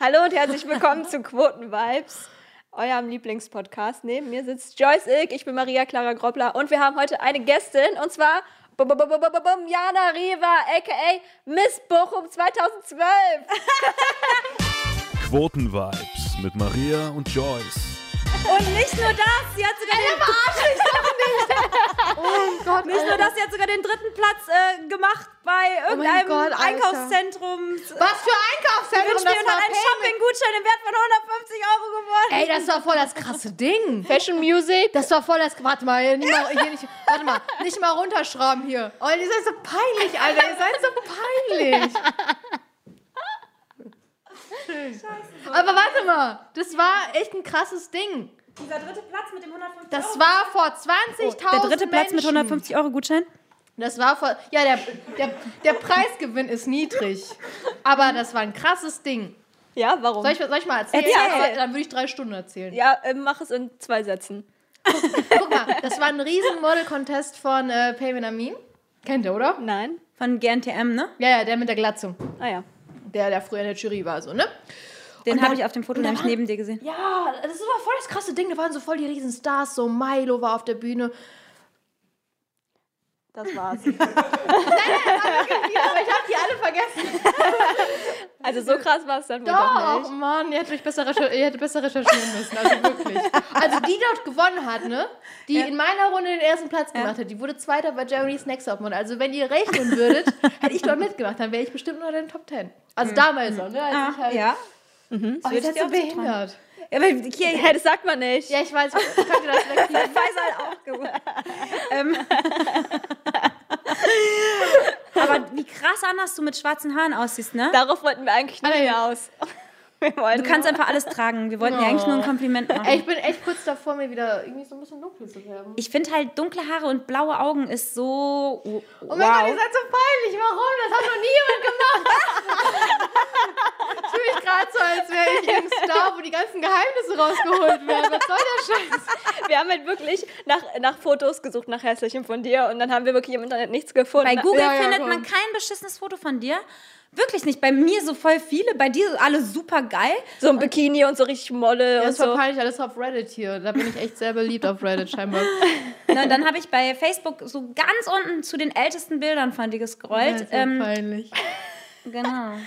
Hallo und herzlich willkommen zu Quotenvibes, eurem Lieblingspodcast. Neben mir sitzt Joyce Ilk, ich bin Maria Clara Groppler und wir haben heute eine Gästin und zwar bum, bum, bum, bum, bum, bum, Jana Riva, aka Miss Bochum 2012. Quoten-Vibes mit Maria und Joyce. Und nicht nur das, sie hat sogar den, Oh Gott, nicht nur das, sie hat sogar den dritten Platz äh, gemacht bei Oh mein irgendeinem Gott, Alter. Einkaufszentrum. Was für ein Einkaufszentrum Wünschspiel das und war. hat halt einen Shopping-Gutschein im Wert von 150 Euro Ey, gewonnen. das war voll das krasse Ding. Fashion Music. Das war voll das. Warte mal, nicht mal, hier nicht, warte mal, nicht mal runterschrauben hier. Oh, ihr seid so peinlich, Alter. Ihr seid so peinlich. Aber warte mal, das war echt ein krasses Ding. Dieser dritte Platz mit dem 150 Das Euro. war vor 20.000 Oh. der dritte Platz Menschen. mit 150 Euro Gutschein? Das war vor. Ja, der, der, der Preisgewinn ist niedrig. Aber das war ein krasses Ding. Ja, warum? Soll ich, soll ich mal erzählen? Erzähl. Aber dann würde ich drei Stunden erzählen. ja, äh, mach es in zwei Sätzen. Guck mal, das war ein riesen Model-Contest von äh, Payman Amin. Kennt ihr, oder? Nein? Von GNTM, ne? Ja, ja, der mit der Glatze. Ah ja. Der, der früher in der Jury war, so, ne? Den Und habe dann- ich auf dem Foto und da nämlich waren- neben dir gesehen. Ja, das war voll das krasse Ding. Da waren so voll die riesen Stars. So Milo war auf der Bühne. Das war's. Aber ich hab die alle vergessen. Also so krass war es dann wohl doch Doch, nicht. Mann, ihr hättet, euch besser recher- ihr hättet besser recherchieren müssen. Also wirklich. Also die dort gewonnen hat, ne? Die in meiner Runde den ersten Platz gemacht hat. Die wurde Zweiter bei Germany's Next Top Model. Also wenn ihr rechnen würdet, hätte ich dort mitgemacht. Dann wäre ich bestimmt nur in den Top Ten. Also damals noch, ne? Als ich halt Ah, ja. Oh, ist das so behindert? ja weil hier, Hä, das sagt man nicht. Ja, ich weiß, ich könnte das wegklicken. Faisal auch gewonnen. ähm. Aber wie krass anders du mit schwarzen Haaren aussiehst, ne? Darauf wollten wir eigentlich nicht Ah, ja. hinaus. Wir wollten Du kannst einfach alles tragen. Wir wollten dir eigentlich nur ein Kompliment machen. Ey, ich bin echt kurz davor, mir wieder irgendwie so ein bisschen dunkel zu werden. Ich finde halt dunkle Haare und blaue Augen ist so. Oh Oh mein Gott, ihr seid so peinlich. Warum? Das hat noch nie jemand gemacht. ich fühle mich gerade so, als wäre ich im Star, wo die ganzen Geheimnisse rausgeholt werden. Was soll der Scheiß? Wir haben halt wirklich nach, nach Fotos gesucht, nach hässlichem von dir und dann haben wir wirklich im Internet nichts gefunden. Bei Google Ja, ja, findet komm. man kein beschissenes Foto von dir. Wirklich nicht. Bei mir so voll viele, bei dir alle super geil. So ein Bikini und so richtig Model und Das war Also- so. peinlich alles auf Reddit hier. Da bin ich echt sehr beliebt auf Reddit scheinbar. Na, und dann habe ich bei Facebook so ganz unten zu den ältesten Bildern von dir gescrollt. ist so ähm, peinlich. genau.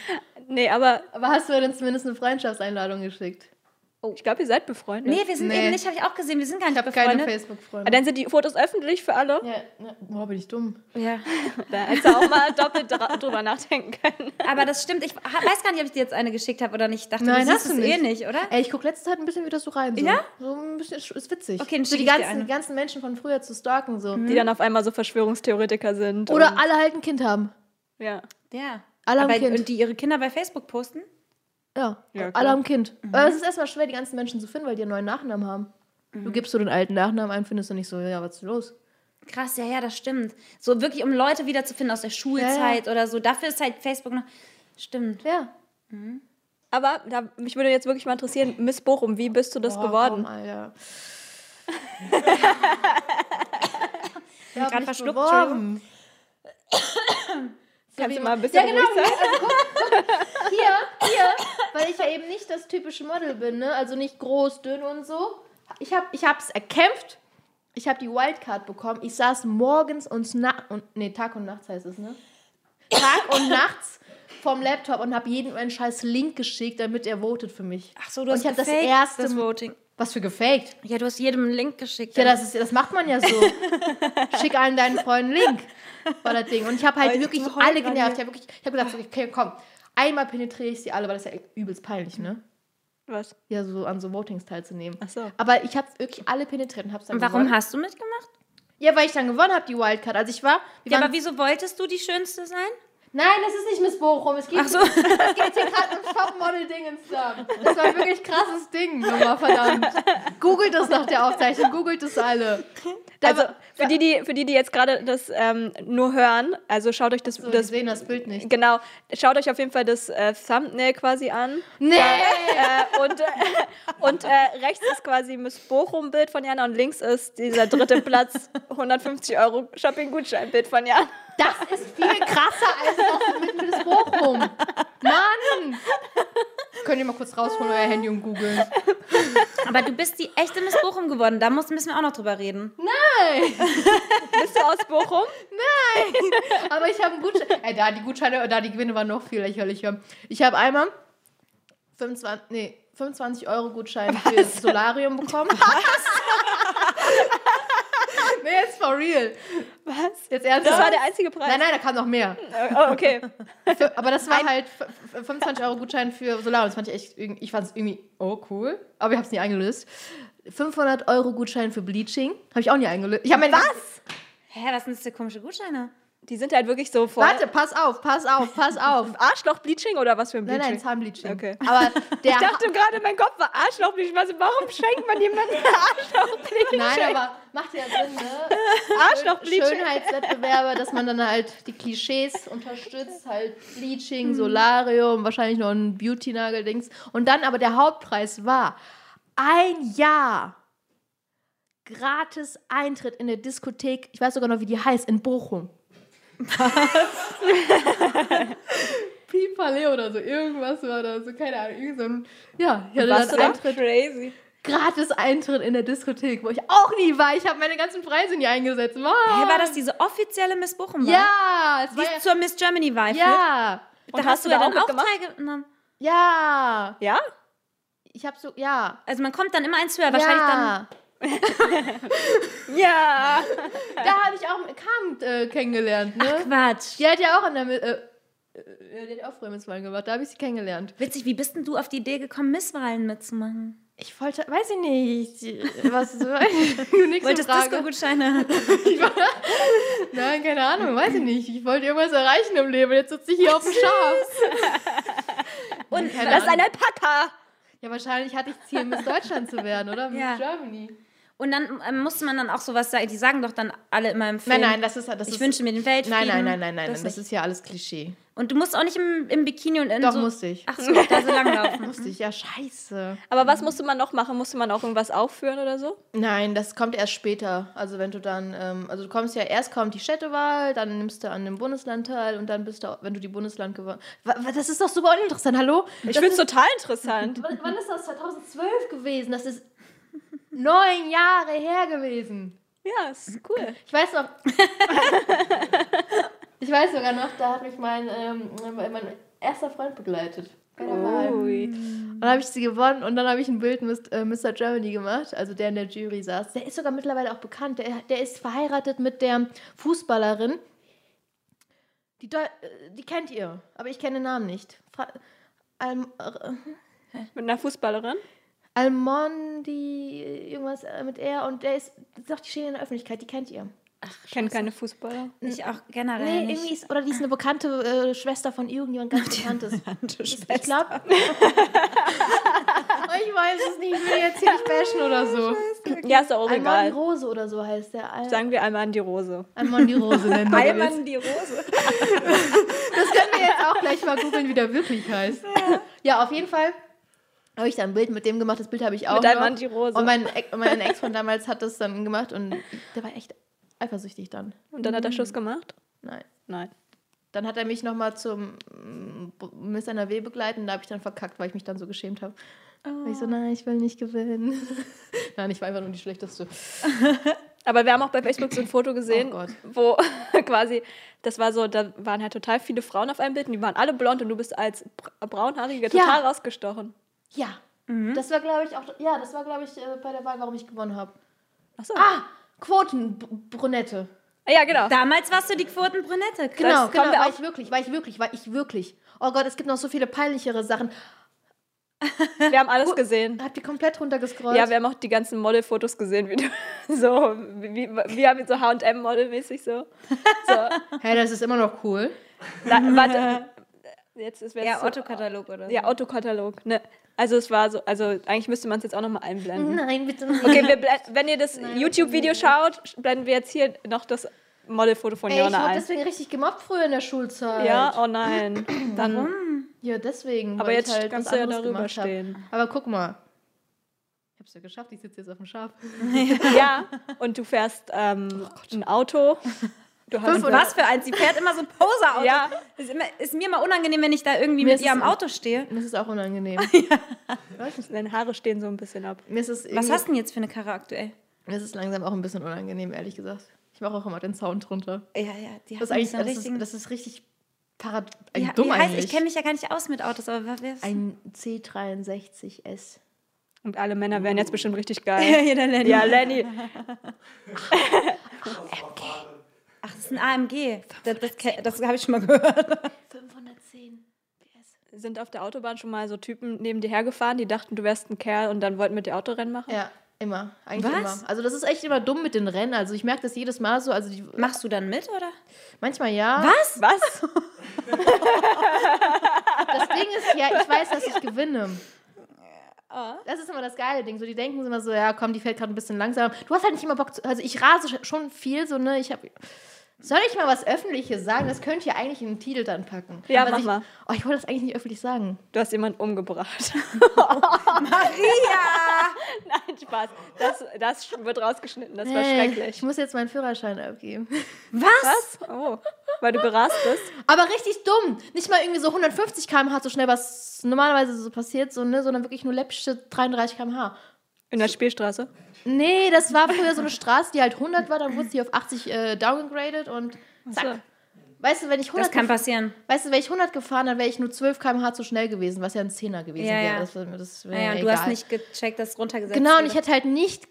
Nee, aber Aber hast du denn zumindest eine Freundschaftseinladung geschickt? ich glaube, ihr seid befreundet. Nee, wir sind Nee. eben nicht, habe ich auch gesehen. Wir sind gar Ich nicht habe keine befreundet. Facebook-Freunde. Aber Dann sind die Fotos öffentlich für alle. Ja, ne, boah, bin ich dumm. Ja. Da hättest du auch mal doppelt dra- drüber nachdenken können. Aber das stimmt. Ich ha- weiß gar nicht, ob ich dir jetzt eine geschickt habe oder nicht. Ich dachte, Nein, du hast siehst du es eh nicht, oder? Ey, ich gucke letzte Zeit ein bisschen wieder so rein. So. Ja? So ein bisschen, ist witzig. Okay, dann so schick die ich dir ganzen, eine. Mhm. die ganzen Menschen von früher zu stalken so. Die dann auf einmal so Verschwörungstheoretiker sind. Mhm. Oder und, alle halt ein Kind haben. ja. Ja. Äh, Alle Aber, haben ein und Kind. die ihre Kinder bei Facebook posten? Ja, Ja, klar. Mhm. alle haben ein Kind. Aber es ist erstmal schwer, die ganzen Menschen zu finden, weil die einen neuen Nachnamen haben. Mhm. Du gibst so den alten Nachnamen ein, findest du nicht so, ja, was ist los? Krass, ja, ja, das stimmt. So wirklich, um Leute wiederzufinden aus der Schulzeit oder so. Dafür ist halt Facebook noch. Stimmt. Ja. Aber da, mich würde jetzt wirklich mal interessieren, Miss Bochum, wie bist du das Boah, geworden? Komm, Alter. ich grad verschluckt, beworben. So Kannst wie du mal ein man- bisschen ja, ruhig genau, hier, hier, weil ich ja eben nicht das typische Model bin, ne? Also nicht groß, dünn und so. Ich hab, ich hab's erkämpft. Ich habe die Wildcard bekommen. Ich saß morgens und nachts und nee, Tag und nachts heißt es, ne? Tag und nachts vorm Laptop und habe jedem einen scheiß Link geschickt, damit er votet für mich. Ach so, und ich hab das gefaked, erste das Voting. Was für gefaked? Ja, du hast jedem einen Link geschickt. Ja, das, ist, das macht man ja so. Schick allen deinen Freunden einen Link. War das Ding. Und ich habe halt wirklich heul alle grad genervt. Ich habe wirklich, ich hab gesagt, so, okay, komm, einmal penetriere ich sie alle, weil das ist ja übelst peinlich, ne? Was? Ja, so an so Votings teilzunehmen. Ach so. Aber ich habe wirklich alle penetriert und hab's dann Und warum gewonnen. hast du mitgemacht? Ja, weil ich dann gewonnen habe, die Wildcard. Also ich war. Wir Ja, waren aber wieso wolltest du die Schönste sein? Nein, das ist nicht Miss Bochum. Es geht, Ach so. es geht hier gerade um Shopmodel-Dingens da. Das war ein wirklich krasses Ding, Nummer, verdammt. Googelt das nach der Aufzeichnung, googelt das alle. Da Also war- für die, die, für die, die jetzt gerade das ähm, nur hören, also schaut euch das, so, die das sehen das Bild nicht. genau, schaut euch auf jeden Fall das äh, Thumbnail quasi an. Nee! Äh, und äh, und äh, rechts ist quasi Miss Bochum-Bild von Jana und links ist dieser dritte Platz 150 Euro Shopping-Gutschein-Bild von Jana. Das ist viel krasser als das mit Miss Bochum. Mann! Könnt ihr mal kurz rausholen, euer Handy und googeln. Aber du bist die echte Miss Bochum geworden. Da muss- müssen wir auch noch drüber reden. Hm? Bist du aus Bochum? Aber ich habe einen Gutschein. Äh, da die Gutscheine, da die Gewinne waren noch viel lächerlicher. Ich habe einmal 25, nee, 25 Euro Gutschein für Solarium bekommen. Was? nee, jetzt for real. Was? Jetzt Das ernsthaft. war der einzige Preis. nein, nein, da kam noch mehr. Oh, okay. Für- Aber das war halt f- f- 25 Euro Gutschein für Solarium. Das fand ich echt, irgendwie- ich fand es irgendwie, oh cool. Aber ich habe es nie eingelöst. 500 Euro Gutschein für Bleaching. Habe ich auch nie eingelöst. Ich hab mein Was? Hä, was sind das für komische Gutscheine? Die sind halt wirklich so voll. Warte, pass auf, pass auf, pass auf. Arschloch-Bleaching oder was für ein Nein, Bleaching? nein, Zahnbleaching. Okay. Aber der ich dachte gerade, mein Kopf war Arschloch-Bleaching. Also warum schenkt man jemandem Arschloch-Bleaching? Nein, aber macht ja Sinn, ne? Arschloch-Bleaching. Schönheitswettbewerbe, dass man dann halt die Klischees unterstützt, halt Hm. Bleaching, Solarium, wahrscheinlich noch ein Beauty-Nagel-Dings. Und dann aber der Hauptpreis war ein Jahr gratis Eintritt in eine Diskothek, ich weiß sogar noch, wie die heißt, in Bochum. Was? Pipalais oder so, irgendwas war da, so keine Ahnung, irgend so ein, ja, ich hatte Warst du dann da? Eintritt Crazy. gratis Eintritt in der Diskothek, wo ich auch nie war. Ich habe meine ganzen Preise nie eingesetzt. Mann. Hä, war das diese offizielle Miss Bochum? Ah. Ja, es Die war ist zur Miss Germany Wahl führt? ja, Da Und hast, hast du du ja da dann auch auch mitgemacht? teilgenommen. ja, ja. Ja? Ich habe so, ja. Also man kommt dann immer eins höher. Wahrscheinlich ja. Ja. dann. Da habe ich auch Kam äh, kennengelernt, ne? dann. Quatsch. die hat ja auch an der. Mi- Äh, äh, die hat auch früher mit Wahlen gemacht, da habe ich sie kennengelernt. Witzig, wie bist denn du auf die Idee gekommen, Misswahlen mitzumachen? Ich wollte, weiß ich nicht, was so. du nix Wolltest Disco-Gutscheine? Nein, keine Ahnung, weiß ich nicht. Ich wollte irgendwas erreichen im Leben, jetzt sitze ich hier auf dem Schaf. Und Keine Das ist Ahnung. ein Alpaka. Ja, wahrscheinlich hatte ich Ziel, Miss Deutschland zu werden, oder? Miss Ja. Germany. Und dann ähm, musste man dann auch sowas sagen. Die sagen doch dann alle immer im Film. Nein, nein, das ist das ich ist, wünsche mir den Weltfrieden. Nein, nein, nein, nein, nein, das, nicht. ist ja alles Klischee. Und du musst auch nicht im, im Bikini und in Doch so... musste ich. Ach so, da so langlaufen. Musste ich Ah, ja mhm. scheiße. Aber was musste man noch machen? Musste man auch irgendwas aufführen oder so? Nein, das kommt erst später. Also wenn du dann, ähm, also du kommst ja erst kommt die Städtewahl, dann nimmst du an dem Bundesland teil und dann bist du, wenn du die Bundesland gewonnen. Wa- wa- Das ist doch super uninteressant. Hallo. Ich Das finde es ist- total interessant. Wann wann ist das? 2012 gewesen. Das ist neun Jahre her gewesen. Ja, ist cool. Ich weiß noch. ich weiß sogar noch, da hat mich mein, ähm, mein erster Freund begleitet. Bei der Wahl. Ui. Und dann habe ich sie gewonnen und dann habe ich ein Bild mit äh, Mr. Germany gemacht, also der in der Jury saß. Der ist sogar mittlerweile auch bekannt. Der, der ist verheiratet mit der Fußballerin. Die, Deu äh, die kennt ihr, aber ich kenne den Namen nicht. Fra Alm äh, Mit einer Fußballerin? Almondi, äh, irgendwas äh, mit er und der ist, das ist doch die Schiene in der Öffentlichkeit, die kennt ihr. Ich kenne keine Fußballer. Ich auch Äh, generell Nee, nicht. irgendwie ist, oder die ist eine bekannte äh, Schwester von irgendjemand ganz bekanntes. Ich Schwester. glaube. ich weiß es nicht, ich will jetzt hier nicht bashen oder so. Ja, ist auch Almondi egal. Rose oder so heißt der. Al Sagen wir einmal an die Rose. Almondi Rose nennen wir den jetzt. die Rose. Das können wir jetzt auch gleich mal googeln, wie der wirklich heißt. Ja, auf jeden Fall habe ich da ein Bild mit dem gemacht. Das Bild habe ich auch Mit noch. Almondi Rose. Und mein, Ex- mein Ex von damals hat das dann gemacht und der war echt eifersüchtig dann. Und dann hat er Schluss gemacht? Nein. Nein. Dann hat er mich nochmal zum mm, Miss NRW begleitet und da habe ich dann verkackt, weil ich mich dann so geschämt habe. Weil ich Ah. so, nein, ich will nicht gewinnen. nein, ich war einfach nur die Schlechteste. Aber wir haben auch bei Facebook so ein Foto gesehen, Oh Gott. wo quasi, das war so, da waren halt total viele Frauen auf einem Bild und die waren alle blond und du bist als bra- braunhaarige total rausgestochen. Ja. Mhm. Das war, glaube ich, auch, ja, das war, glaube ich, äh, bei der Wahl, warum ich gewonnen habe. Ach so. Ah, Quotenbrunette. Ja, genau. Damals warst du die Quotenbrünette. Krass. Genau, kommen genau, wir war auf- ich wirklich, war ich wirklich, war ich wirklich. Oh Gott, es gibt noch so viele peinlichere Sachen. Wir haben Oh alles gesehen. Habt ihr komplett runtergescrollt? Ja, wir haben auch die ganzen Model-Fotos gesehen, wie du so, wie, wir haben so H&M-Model-mäßig so. so. hey, das ist immer noch cool. Na, warte, jetzt ist Ja, jetzt so, Otto-Katalog oder so. ja Autokatalog. Ne? Also es war so, also eigentlich müsste man es jetzt auch nochmal einblenden. Nein, bitte nicht. Okay, wir blend, wenn ihr das YouTube-Video schaut, sch- blenden wir jetzt hier noch das Modelfoto von Ey, ich Jona wurde ein. deswegen richtig gemobbt früher in der Schulzeit. Ja, oh nein. Dann, Ja, deswegen. Aber weil jetzt ich halt kannst was du ja anderes darüber gemacht hab. stehen. Aber guck mal. Ich hab's ja geschafft, ich sitze jetzt auf dem Schaf. ja, und du fährst ähm, ein Auto. Du Oh Fünf hast oder- Was für eins? Sie fährt immer so ein Poser-Auto. Ja. Ist, immer, ist mir mal unangenehm, wenn ich da irgendwie Mir mit ist ihr es im auch- Auto stehe. Das ist auch unangenehm. Was? Deine Haare stehen so ein bisschen ab. Mir ist es Was irgendwie- hast du denn jetzt für eine Karre aktuell? Mir ist es langsam auch ein bisschen unangenehm, ehrlich gesagt. Ich mache auch immer den Sound drunter. Ja, ja, die Das ist hat eigentlich nicht so einen das ist, richtigen- das ist richtig parad Wie- ein dumm wie heißt, eigentlich. ich kenne mich ja gar nicht aus mit Autos, aber wer, wer ist ein C63S. Und alle Männer wären jetzt bestimmt richtig Ja, geil. hier der Lenny. ja, Lenny. Ach, das ist ein AMG. Das, das, ke- das habe ich schon mal gehört. 510 PS. Sind auf der Autobahn schon mal so Typen neben dir hergefahren, die dachten, du wärst ein Kerl und dann wollten mit dir Autorennen machen? Ja, immer. Eigentlich Was? immer. Also das ist echt immer dumm mit den Rennen. Also ich merke das jedes Mal so. Also die, Machst du dann mit, oder? manchmal ja. Was? Was? Das Ding ist ja, ich weiß, dass ich gewinne. Das ist immer das geile Ding. So, die denken immer so, ja, komm, die fällt gerade ein bisschen langsam. Du hast halt nicht immer Bock zu. Also ich rase sch- schon viel, so, ne? Ich habe. Soll ich mal was Öffentliches sagen? Das könnt ihr eigentlich in den Titel dann packen. Ja, Aber mach ich, mal. Oh, ich wollte das eigentlich nicht öffentlich sagen. Du hast jemanden umgebracht. Maria! Nein, Spaß. Das, das wird rausgeschnitten, das war Äh, schrecklich. Ich muss jetzt meinen Führerschein abgeben. Was? Was? Oh, weil du gerast bist? Aber richtig dumm. Nicht mal irgendwie so 150 km/h so schnell, was normalerweise so passiert, so, ne? Sondern wirklich nur läppische 33 km/h. In der Spielstraße? Nee, das war früher so eine Straße, die halt 100 war, dann wurde sie auf 80 äh, downgegradet und zack. Ach so. Weißt du, wenn ich 100 Das kann gef- passieren. weißt du, wäre ich 100 gefahren, dann wäre ich nur 12 km/h zu schnell gewesen, was ja ein Zehner gewesen Ja, wäre. ja. Das, wär- das wäre Naja, mir und du hast egal. nicht gecheckt, dass es runtergesetzt Genau, und wurde. ich hätte halt nicht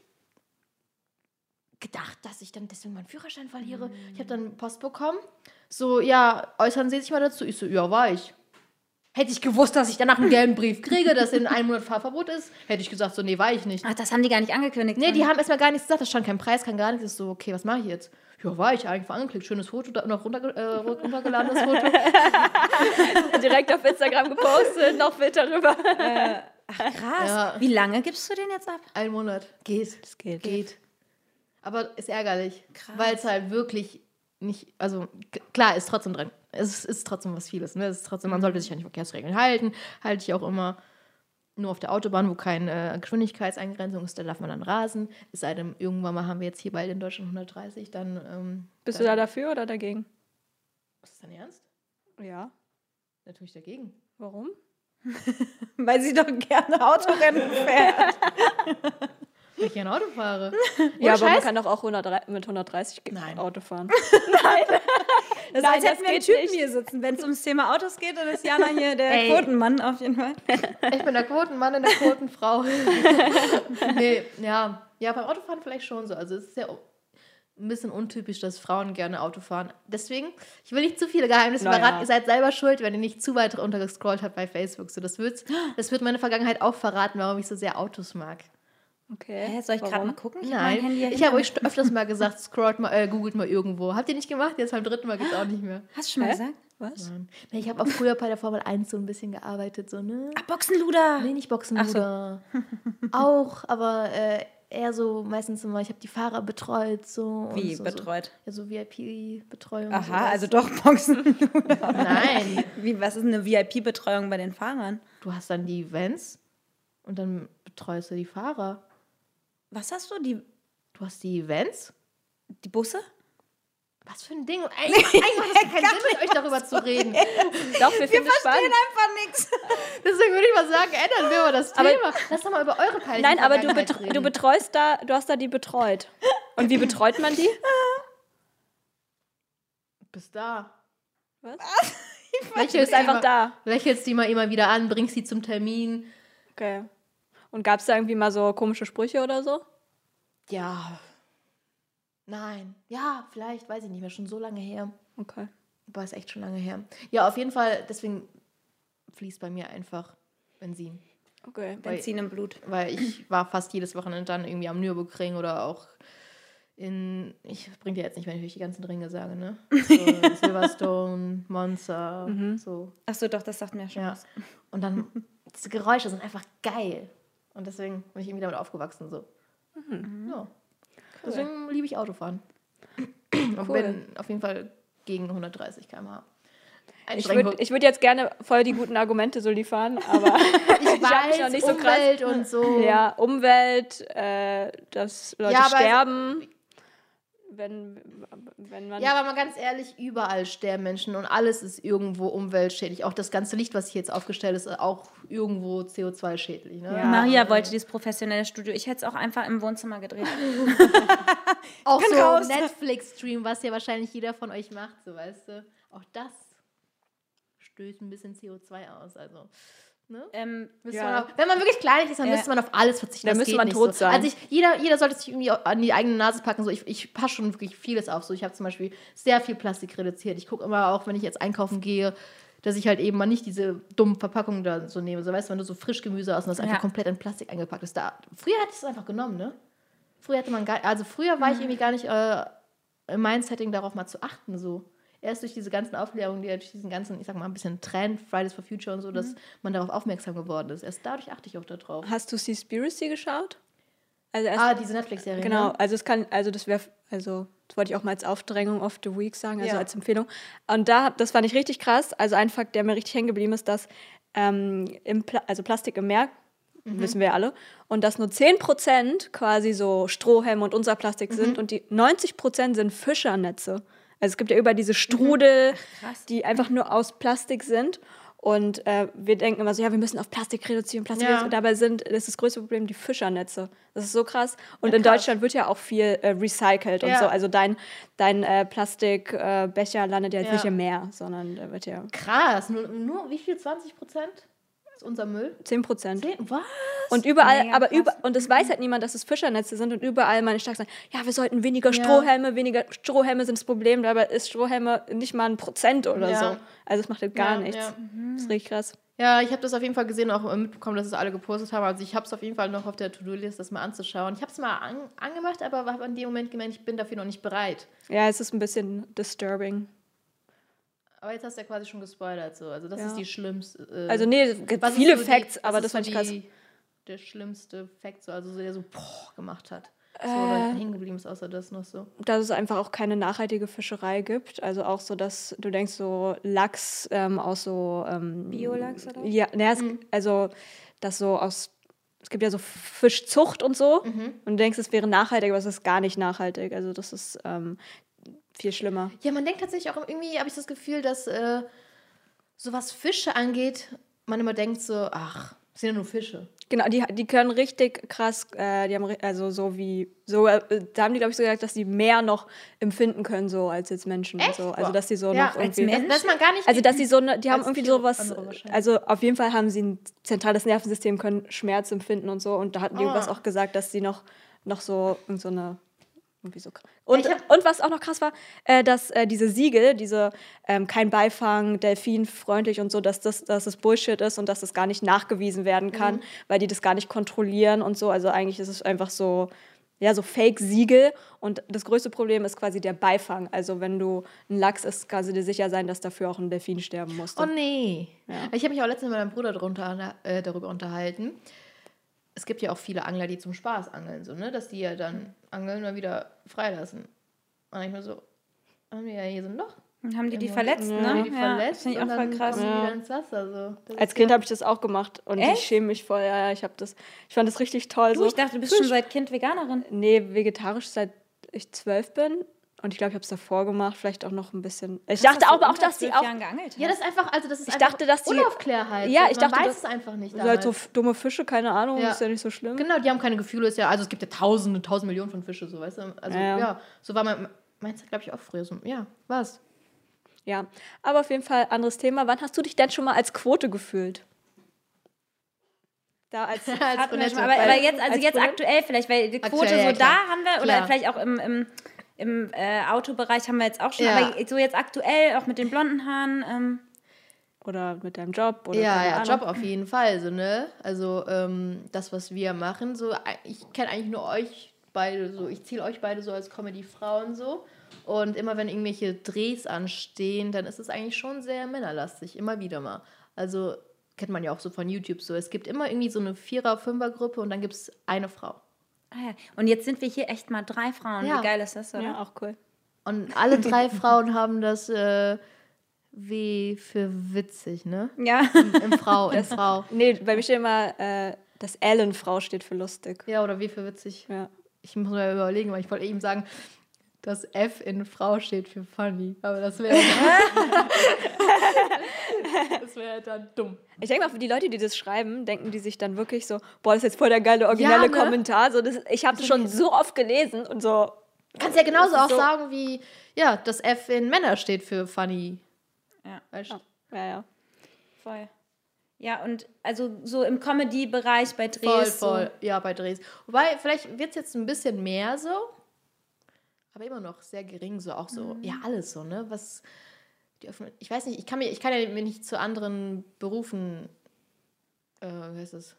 gedacht, dass ich dann deswegen meinen Führerschein verliere. Ich habe dann Post bekommen. So, ja, äußern Sie sich mal dazu. Ich so, ja, war ich. Hätte ich gewusst, dass ich danach einen gelben Brief kriege, dass in einem Monat Fahrverbot ist, hätte ich gesagt, so, nee, war ich nicht. Ach, das haben die gar nicht angekündigt. Nee, Mhm. die haben erstmal gar nichts gesagt. Da stand kein Preis, kein gar nichts. Ich so, okay, was mache ich jetzt? Ja, war ich eigentlich war angeklickt. Schönes Foto, da noch runterge äh, runtergeladenes Foto. Direkt auf Instagram gepostet, noch wild darüber. Ach, krass. Ja. Wie lange gibst du den jetzt ab? Ein Monat. Geht. Das geht. Geht. Aber ist ärgerlich. Weil es halt wirklich nicht, also k- klar, ist trotzdem drin. Es ist, ist trotzdem was vieles. Ne? Es ist trotzdem, man sollte sich an die Verkehrsregeln halten. Halte ich auch immer. Nur auf der Autobahn, wo keine äh, Geschwindigkeitseingrenzung ist, da darf man dann rasen. Es sei denn, irgendwann mal haben wir jetzt hier bald in Deutschland 130, dann. Ähm, Bist du da dafür oder dagegen? Ist das dein Ernst? Ja. Natürlich dagegen. Warum? Weil sie doch gerne Autorennen fährt. Weil ich gerne Auto fahre. ja, Ohne aber man Scheiß. kann doch auch 103, mit 130 ge- Nein. Auto fahren. Das ist, Nein, Also als das hätten wir einen geht Typen nicht. hier sitzen. Wenn es ums Thema Autos geht, dann ist Jana hier der Ey. Quotenmann auf jeden Fall. Ich bin der Quotenmann und der Quotenfrau. nee, ja. Ja, beim Autofahren vielleicht schon so. Also es ist ja auch ein bisschen untypisch, dass Frauen gerne Auto fahren. Deswegen, ich will nicht zu viele Geheimnisse Naja. verraten. Ihr seid selber schuld, wenn ihr nicht zu weit runtergescrollt habt bei Facebook. So, das, wird, das wird meine Vergangenheit auch verraten, warum ich so sehr Autos mag. Okay. Hä, soll ich gerade Warum? mal gucken? Ich hab mein Nein, Handy hier ich habe hinter euch schon öfters mal gesagt, scrollt mal, äh, googelt mal irgendwo. Habt ihr nicht gemacht? Jetzt beim dritten Mal geht's auch nicht mehr. mir. Hast du schon mal Hä? gesagt? Was? Nein. Nee, Ich habe auch früher bei der Formel 1 so ein bisschen gearbeitet, so, ne? Ah, Boxenluder. Nee, nicht Boxenluder. Auch, aber äh, eher so meistens immer, ich habe die Fahrer betreut. So, und Wie so, betreut? So, ja, so VIP-Betreuung. Aha, sowas. also doch Boxenluder. Nein, Wie, was ist eine VIP-Betreuung bei den Fahrern? du hast dann die Events und dann betreust du die Fahrer. Was hast du? Die, Du hast die Events? die Busse? Was für ein Ding? Eigentlich, eigentlich macht es keinen Sinn, mit euch darüber zu reden. Doch, wir finden es spannend. einfach nichts. Deswegen würde ich mal sagen, ändern wir mal das Aber- Thema. Lass doch mal über eure Teile. Nein, aber du, betre du betreust da, du hast da die betreut. Und wie betreut man die? bist da. Was? Lächelst Du bist einfach da. Lächelst die mal immer wieder an, bringst sie zum Termin. Okay. Und gab es da irgendwie mal so komische Sprüche oder so? Ja. Nein. Ja, vielleicht, weiß ich nicht mehr, schon so lange her. Okay. War es echt schon lange her. Ja, auf jeden Fall, deswegen fließt bei mir einfach Benzin. Okay. Benzin im Blut. Weil ich war fast jedes Wochenende dann irgendwie am Nürburgring oder auch in. Ich bringe dir jetzt nicht, wenn ich die ganzen Ringe sage, ne? So, Silverstone, Monza, so. Achso, doch, das sagt mir schon Ja. was. Und dann, diese Geräusche sind einfach geil. Und deswegen bin ich irgendwie damit aufgewachsen. So. Ja. Deswegen liebe ich Autofahren. Und Cool. bin auf jeden Fall gegen 130 km/h. Ich Einschränkung. würde ich würd jetzt gerne voll die guten Argumente so liefern, aber ich hab mich noch nicht so krass- Umwelt und so. ja, Umwelt, äh, dass Leute Ja, aber- sterben. wenn, wenn man. Ja, aber mal ganz ehrlich, überall sterben Menschen und alles ist irgendwo umweltschädlich. Auch das ganze Licht, was hier jetzt aufgestellt ist, auch irgendwo CO2-schädlich. Ne? Ja. Maria wollte dieses professionelle Studio. Ich hätte es auch einfach im Wohnzimmer gedreht. Auch Kann so raus. Netflix-Stream, was ja wahrscheinlich jeder von euch macht, so weißt du. Auch das stößt ein bisschen CO2 aus. Also, ne? ähm, Müsste Ja. man auf, wenn man wirklich klein ist, dann Ja. müsste man auf alles verzichten. Dann das müsste geht man nicht tot so. sein. Also ich, jeder, jeder sollte sich irgendwie an die eigene Nase packen. So, ich ich passe schon wirklich vieles auf. So, ich habe zum Beispiel sehr viel Plastik reduziert. Ich gucke immer auch, wenn ich jetzt einkaufen gehe, dass ich halt eben mal nicht diese dummen Verpackungen da so nehme. So weißt du, wenn du so frisch Gemüse hast und das einfach Ja. komplett in Plastik eingepackt ist. Da, früher hätte ich es einfach genommen, ne? Früher hatte man gar, also früher war ich irgendwie gar nicht äh, in meinem Setting darauf mal zu achten, so. Erst durch diese ganzen Aufklärungen, die ja durch diesen ganzen, ich sag mal, ein bisschen Trend, Fridays for Future und so, dass man darauf aufmerksam geworden ist. Erst dadurch achte ich auch darauf. Hast du Seaspiracy geschaut? Also erst, Ah, diese Netflix-Serie. genau, Ne? also es kann, also das wäre, also das wollte ich auch mal als Aufdrängung of the Week sagen, also Ja. als Empfehlung. Und da, hab- das fand ich richtig krass. Also ein Fakt, der mir richtig hängen geblieben ist, dass ähm, im Pla also Plastik im Meer, Mhm. wissen wir alle, und dass nur 10% quasi so Strohhelme und unser Plastik sind Mhm. und die 90% sind Fischernetze. Also es gibt ja über Mhm. diese Strudel, die einfach nur aus Plastik sind. Und äh, wir denken immer so, ja, wir müssen auf Plastik reduzieren, Plastik Ja. reduzieren. Und dabei sind, das ist das größte Problem, die Fischernetze. Das ist so krass. Und Ja, in krass. Deutschland wird ja auch viel äh, recycelt und Ja. so. Also dein, dein äh, Plastikbecher äh, Becher landet ja jetzt Ja. nicht im Meer, sondern der wird ja Krass, nur, nur wie viel? 20 Prozent ist unser Müll? 10 Prozent. Zehn? Was? Und überall, Mega aber krass. über, und es Mhm. weiß halt niemand, dass es Fischernetze sind und überall meine Stark sagen, ja, wir sollten weniger Strohhelme, weniger Strohhelme sind das Problem, dabei ist Strohhelme nicht mal ein Prozent oder Ja. so. Also es macht halt gar Ja, nichts. ja. Mhm. Das ist richtig krass. Ja, ich habe das auf jeden Fall gesehen und auch äh, mitbekommen, dass es alle gepostet haben. Also ich habe es auf jeden Fall noch auf der To-Do-List, das mal anzuschauen. Ich habe es mal an, angemacht, aber habe in dem Moment gemerkt, ich bin dafür noch nicht bereit. Ja, es ist ein bisschen disturbing. Aber jetzt hast du ja quasi schon gespoilert. So. Also das Ja. ist die schlimmste. Äh, Also nee, es gibt was ist viele so die- Facts, was aber ist das so fand ich krass. die- Der schlimmste Fact, so, also so, der so boah, gemacht hat. So, Äh. oder hängen geblieben ist, außer das noch so. dass es einfach auch keine nachhaltige Fischerei gibt. Also auch so, dass du denkst, so Lachs ähm, aus so. Ähm, Biolachs oder? Ja, na, es, also das so aus. Es gibt ja so Fischzucht und so. Und du denkst, es wäre nachhaltig, aber es ist gar nicht nachhaltig. Also das ist ähm, viel schlimmer. Ja, man denkt tatsächlich auch, irgendwie habe ich das Gefühl, dass äh, so was Fische angeht, man immer denkt so, ach, sind ja nur Fische. Genau, die, die können richtig krass, äh, die haben ri- also so wie, so, äh, da haben die, glaube ich, so gesagt, dass die mehr noch empfinden können, so als jetzt Menschen. Und Echt? so. Also dass die so Ja, noch als irgendwie. Mensch? Das, dass man gar nicht. Also, dass sie so eine, die haben Als irgendwie Tiere, sowas, andere wahrscheinlich. also auf jeden Fall haben sie ein zentrales Nervensystem, können Schmerz empfinden und so. Und da hatten die Ah. irgendwas auch gesagt, dass sie noch, noch so, irgend so eine, irgendwie so. kr- Und, ich hab- und was auch noch krass war, äh, dass äh, diese Siegel, diese ähm, kein Beifang, delfinfreundlich und so, dass das, dass das Bullshit ist und dass das gar nicht nachgewiesen werden kann, Mhm. weil die das gar nicht kontrollieren und so. Also eigentlich ist es einfach so, ja, so Fake-Siegel. Und das größte Problem ist quasi der Beifang. Also wenn du ein Lachs isst, kannst du dir sicher sein, dass dafür auch ein Delfin sterben musste. Oh nee. Ja. Ich habe mich auch letztens mit meinem Bruder drunter, äh, darüber unterhalten. Es gibt ja auch viele Angler, die zum Spaß angeln, so, ne? Dass die ja dann Angeln mal wieder freilassen. Und ich mir so, haben wir ja hier so ein Loch. Dann haben die die Ja. verletzt, Ja. ne? Die Ja, verletzt Finde ich auch und voll dann krass. kommen die Ja. wieder ins Wasser. So. Das Als ist Kind ja- habe ich das auch gemacht und ich Echt? schäme mich voll. Ja, ja, ich habe das, ich fand das richtig toll. Du, so. ich dachte, du bist schon seit Kind Veganerin. Nee, vegetarisch seit ich zwölf bin. Und ich glaube, ich habe es davor gemacht, vielleicht auch noch ein bisschen. Ich dachte Hast du aber auch, unter dass die zwölf auch Jahren geangelt Ja, das ist einfach, also das ist Ich einfach dachte, dass die- Unaufklärheit. Ja, so. ich Man dachte, weiß das- es einfach nicht. so halt so damals. f- dumme Fische, keine Ahnung, Ja. ist ja nicht so schlimm. Genau, die haben keine Gefühle, ist ja, also es gibt ja tausende, tausend Millionen von Fische, so, weißt du? Also Ja, ja. ja, so war mein, meins glaube ich auch früher so, ja, was? Ja, aber auf jeden Fall anderes Thema. Wann hast du dich denn schon mal als Quote gefühlt? Da als Als Hatten wir Brunette, schon, aber, weil- aber jetzt, also als jetzt Problem? aktuell vielleicht, weil die Quote Aktuell, ja, so klar. da haben wir, oder Klar. vielleicht auch im, im, im äh, Autobereich haben wir jetzt auch schon, Ja. aber so jetzt aktuell, auch mit den blonden Haaren. Ähm, oder mit deinem Job oder Ja, keine ja, Ahnung. Job auf jeden Fall, so, ne? Also, ähm, das, was wir machen, so, äh, ich kenne eigentlich nur euch beide, so, ich zähle euch beide so als Comedy-Frauen, so. Und immer, wenn irgendwelche Drehs anstehen, dann ist es eigentlich schon sehr männerlastig, immer wieder mal. Also, kennt man ja auch so von YouTube, so, es gibt immer irgendwie so eine Vierer-, Fünfer-Gruppe und dann gibt es eine Frau. ah ja. Und jetzt sind wir hier echt mal drei Frauen. Ja. Wie geil ist das, oder? ne? Ja, auch cool. Und alle drei Frauen haben das äh, W für witzig, ne? Ja. Im Frau, in Frau. Nee, bei mir steht immer, äh, dass Ellen Frau steht für lustig. Ja, oder W für witzig. Ja. Ich muss mir überlegen, weil ich wollte eben sagen, Das F in Frau steht für funny. Aber das wäre. das wäre dann dumm. Ich denke mal, für die Leute, die das schreiben, denken die sich dann wirklich so, boah, das ist jetzt voll der geile originelle Ja, ne? Kommentar. So, das, ich habe das schon so oft gelesen und so, Kannst ja genauso Das auch ist so- sagen wie, ja, das F in Männer steht für funny. Ja. Weißt du? ja, ja. Voll. Ja, und also so im Comedy-Bereich bei Drehs. Voll, so- voll. Ja, bei Drehs. Wobei, vielleicht wird es jetzt ein bisschen mehr so. Aber immer noch sehr gering, so auch so. Ja, alles so, ne? Was. Die öffnen, ich weiß nicht, ich kann, mir, ich kann ja mir nicht zu anderen Berufen. Äh, wie heißt das?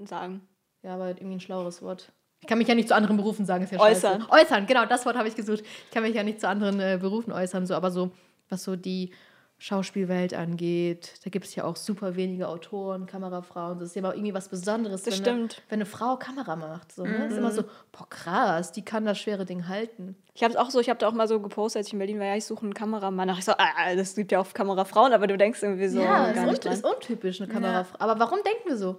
Sagen. Ja, aber irgendwie ein schlaueres Wort. Ich kann mich ja nicht zu anderen Berufen sagen, ist ja Äußern. Scheiße. Äußern, genau, das Wort habe ich gesucht. Ich kann mich ja nicht zu anderen äh, Berufen äußern, so, aber so, was so die Schauspielwelt angeht, da gibt es ja auch super wenige Autoren, Kamerafrauen. Das ist ja immer irgendwie was Besonderes, Das wenn, stimmt. Eine, wenn eine Frau Kamera macht. So, ne? Ist immer so, boah, krass, die kann das schwere Ding halten. Ich habe es auch so, ich habe da auch mal so gepostet, als ich in Berlin war, ja, ich suche einen Kameramann. Ach, ich so, ah, ah, das gibt ja oft Kamerafrauen, aber du denkst irgendwie so ja, gar ist, nicht un dran. ist untypisch, eine Kamerafrau. Aber warum denken wir so?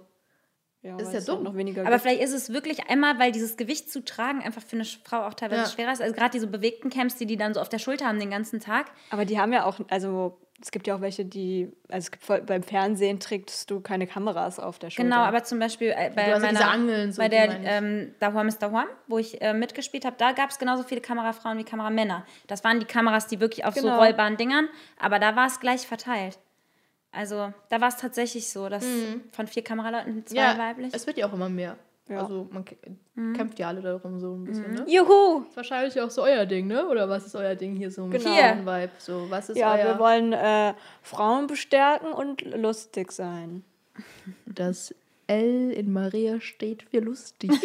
Ja, ist weil ja es halt dumm. Noch weniger Aber gibt. vielleicht ist es wirklich einmal, weil dieses Gewicht zu tragen einfach für eine Frau auch teilweise Ja. schwerer ist. Also gerade diese bewegten Camps, die die dann so auf der Schulter haben den ganzen Tag. Aber die haben ja auch, also es gibt ja auch welche, die, also es gibt, voll- beim Fernsehen trägst du keine Kameras auf der Schulter. Genau, aber zum Beispiel äh, bei also diese meiner, Angeln, so bei die der meine ich. ähm, Dahwam ist Dahwam, wo ich äh, mitgespielt habe, da gab es genauso viele Kamerafrauen wie Kameramänner. Das waren die Kameras, die wirklich auf Genau. so rollbaren Dingern, aber da war es gleich verteilt. Also da war es tatsächlich so, dass von vier Kameraleuten zwei weiblich. es wird Mhm. ja auch immer mehr. Ja. Also man kä- kämpft ja alle darum so ein bisschen, ne? Juhu! Ist wahrscheinlich auch so euer Ding, ne? Oder was ist euer Ding hier so mit Genau. Frauen-Vibe? So, was ist Ja, euer... wir wollen äh, Frauen bestärken und lustig sein. das L in Maria steht für lustig.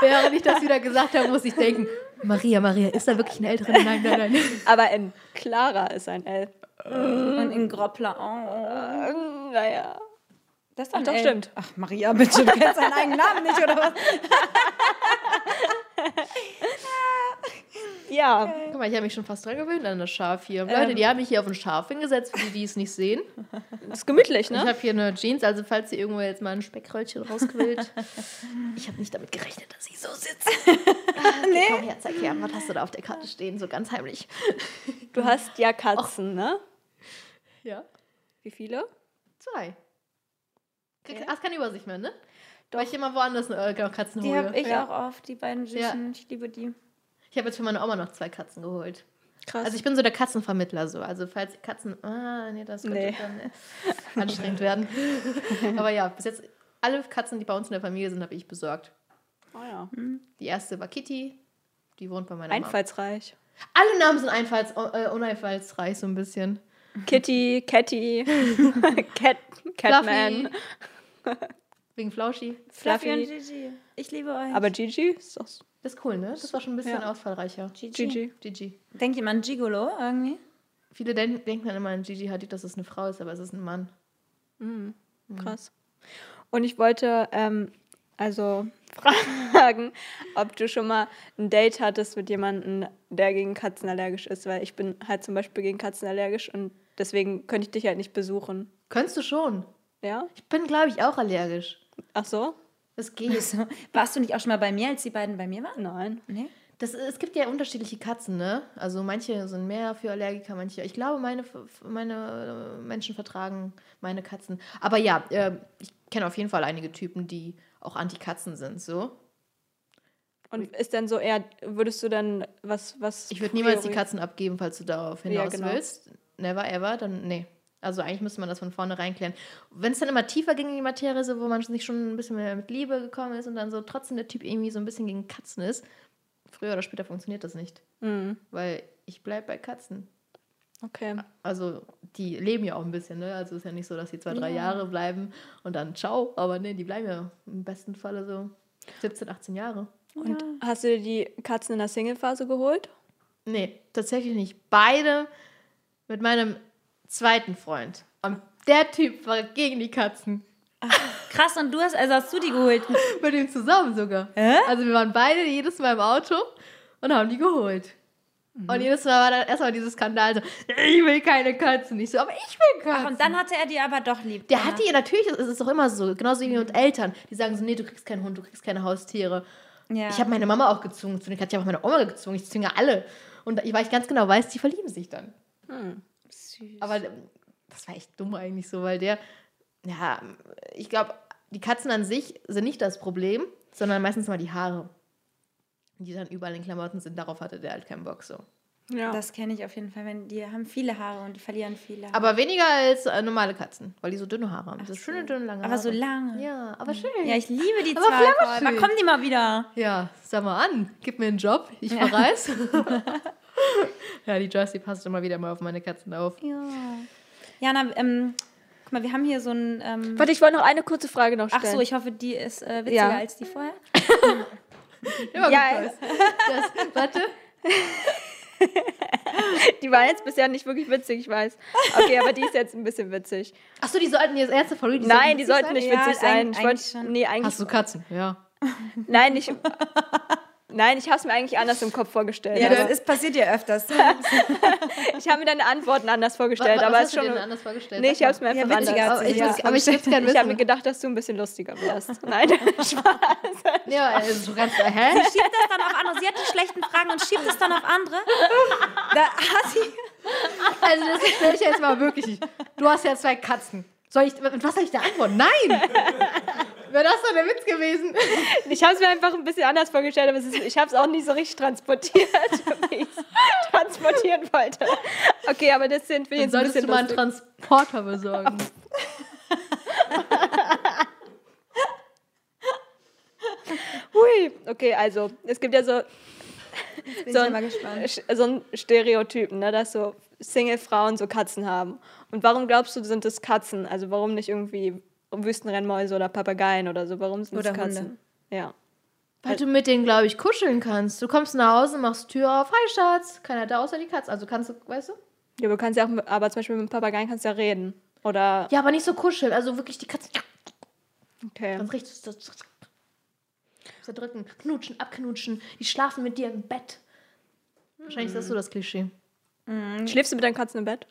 Während ich das wieder gesagt habe, muss ich denken, Maria, Maria, ist da wirklich ein L drin? Nein, nein, nein. Aber in Clara ist ein L. Und in Groppler. Oh, oh. Ähm, Naja. Das ist doch, Ach, ein doch, L. stimmt. Ach, Maria, bitte, du kennst deinen eigenen Namen nicht, oder was? Ja. Guck mal, ich habe mich schon fast dran gewöhnt an das Schaf hier. Leute, die haben mich hier auf ein Schaf hingesetzt, für die, die es nicht sehen. Ist gemütlich, Ich ne? habe hier eine Jeans, also falls ihr irgendwo jetzt mal ein Speckröllchen rausquillt. ich habe nicht damit gerechnet, dass ich so sitze. nee. Komm her, zeig her, was hast du da auf der Karte stehen, so ganz heimlich. Du hast ja Katzen, ne? Ja. Wie viele? Zwei. Okay. Hast keine Übersicht mehr, ne? Weil ich immer woanders äh, genau, Katzen Die hole. habe ich Ja. auch oft, die beiden Süßen. Ich liebe die. Ich habe jetzt für meine Oma noch zwei Katzen geholt. Krass. Also ich bin so der Katzenvermittler so. Also falls die Katzen, ah, nee, das könnte Nee. dann äh, anstrengend werden. Aber ja, bis jetzt alle Katzen, die bei uns in der Familie sind, habe ich besorgt. oh, ja. Die erste war Kitty, die wohnt bei meiner Mama. Einfallsreich. Alle Namen sind einfalls, äh, uneinfallsreich so ein bisschen. Mhm. Kitty, Catty, Cat, Catman, Fluffy. Wegen Flauschi. Fluffy. und Gigi. Ich liebe euch. Aber Gigi ist doch Das ist cool, ne? Das war schon ein bisschen Ja. ausfallreicher. Gigi. Gigi. Denkt jemand Gigolo irgendwie? Viele den denken dann immer an Gigi Hadid, dass es eine Frau ist, aber es ist ein Mann. Krass. Und ich wollte ähm, also fragen, ob du schon mal ein Date hattest mit jemandem, der gegen Katzen allergisch ist, weil ich bin halt zum Beispiel gegen Katzen allergisch und deswegen könnte ich dich halt nicht besuchen. Könntest du schon. Ja? Ich bin, glaube ich, auch allergisch. Ach so? Es geht. So, warst du nicht auch schon mal bei mir, als die beiden bei mir waren? Nein. Nee. Das, es gibt ja unterschiedliche Katzen, ne? Also manche sind mehr für Allergiker, manche. Ich glaube, meine, meine äh, Menschen vertragen meine Katzen. Aber ja, äh, ich kenne auf jeden Fall einige Typen, die auch Anti-Katzen sind, so. Und ist dann so eher, würdest du dann was, was. Ich würde niemals die priori- Katzen abgeben, falls du darauf Ja, hinaus genau. willst. Never ever, dann nee. Also eigentlich müsste man das von vornherein klären. Wenn es dann immer tiefer ging in die Materie, so, wo man nicht schon ein bisschen mehr mit Liebe gekommen ist und dann so trotzdem der Typ irgendwie so ein bisschen gegen Katzen ist, früher oder später funktioniert das nicht. Mhm. Weil ich bleibe bei Katzen. Okay. Also die leben ja auch ein bisschen, ne? Also ist ja nicht so, dass die zwei, drei Jahre bleiben und dann ciao. Aber nee, die bleiben ja im besten Falle so 17, 18 Jahre. Und hast du dir die Katzen in der Single-Phase geholt? Nee, tatsächlich nicht. Beide mit meinem zweiten Freund. Und der Typ war gegen die Katzen. Krass, und du hast, also hast du die geholt? Mit ihm zusammen sogar. Also wir waren beide jedes Mal im Auto und haben die geholt. Und jedes Mal war dann erstmal dieses Skandal so, ich will keine Katzen. Ich so, aber ich will Katzen. Ach, und dann hatte er die aber doch lieb. Ah. Der Ja. hat die, natürlich ist es doch immer so, genauso wie mit Eltern. Die sagen so, nee, du kriegst keinen Hund, du kriegst keine Haustiere. Ja. Ich habe meine Mama auch gezwungen zu nicken. Ich habe auch meine Oma gezwungen. Ich zwinge alle. Und da- weil ich ganz genau weiß, die verlieben sich dann. Süß. Aber ähm, das war echt dumm eigentlich so, weil der, ja, ich glaube, die Katzen an sich sind nicht das Problem, sondern meistens mal die Haare. Die dann überall in Klamotten sind. Darauf hatte der halt keinen Bock so. Ja. Das kenne ich auf jeden Fall, wenn die haben viele Haare und die verlieren viele. Haare. Aber weniger als äh, normale Katzen, weil die so dünne Haare haben. Ach Das so. schöne, dünne, lange Haare. Aber so lange. Ja, aber schön. Ja, ich liebe die Aber zwei. Flamme voll. schön. Wann kommen die mal wieder? Ja, sag mal an, gib mir einen Job, ich verreise. ja, die Joyce, die passt immer wieder mal auf meine Katzen auf. Ja. Jana, ähm, guck mal, wir haben hier so ein. Ähm, Warte, ich wollte noch eine kurze Frage noch ach stellen. so, ich hoffe, die ist äh, witziger Ja. als die vorher. Immer gut, Ja, Joyce. Das, warte, Die war jetzt bisher nicht wirklich witzig, ich weiß. Okay, aber die ist jetzt ein bisschen witzig. achso, die sollten jetzt erste Folge. die Nein, sollten die witzig sollten sein? nicht witzig sein. Ja, eigentlich- Ich eigentlich wollte, schon. nee, eigentlich, Hast du Katzen? Ja. nein, ich, nein, ich habe es mir eigentlich anders im Kopf vorgestellt. Ja, das aber ist, passiert ja öfters. ich habe mir deine Antworten anders vorgestellt, Wa- wa- was aber hast es ist du schon. dir denn anders vorgestellt? Nee, Sag ich habe es mir Ja, einfach witziger anders. aber ich, Ja. will's- aber ich will es gerne Ich habe mir wissen. gedacht, dass du ein bisschen lustiger wärst. Nein, Ja, also, so ganz, hä? schiebt das dann auf andere. Sie hat die schlechten Fragen und schiebt es dann auf andere. Da hat sie. Also das stelle ich jetzt mal wirklich nicht. Du hast ja zwei Katzen. Soll ich, mit was soll ich da antworten? Nein! Wäre das doch der Witz gewesen. ich habe es mir einfach ein bisschen anders vorgestellt, aber es ist, ich habe es auch nicht so richtig transportiert, wie ich transportieren wollte. Okay, aber das sind wir Dann jetzt ein solltest bisschen du mal einen lustig. Transporter besorgen. Hui. Okay, also es gibt ja so Bin So ich ein- mal gespannt. Sch- so ein Stereotypen, ne, dass so Single-Frauen so Katzen haben. Und warum glaubst du, sind es Katzen? Also warum nicht irgendwie Wüstenrennmäuse oder Papageien oder so? Warum sind Oder es Katzen? Hunde. Ja. Weil du mit denen, glaube ich, kuscheln kannst. Du kommst nach Hause, machst Tür auf, hi Schatz, keiner da außer die Katze. Also kannst du, weißt du? ja, aber du kannst ja auch, mit- aber zum Beispiel mit einem Papageien kannst du ja reden. Oder, Ja, aber nicht so kuscheln. Also wirklich die Katze. okay. Sonst riecht es. das- Zerdrücken, knutschen, abknutschen. Die schlafen mit dir im Bett. Wahrscheinlich ist das so das Klischee. Schläfst du mit deinen Katzen im Bett?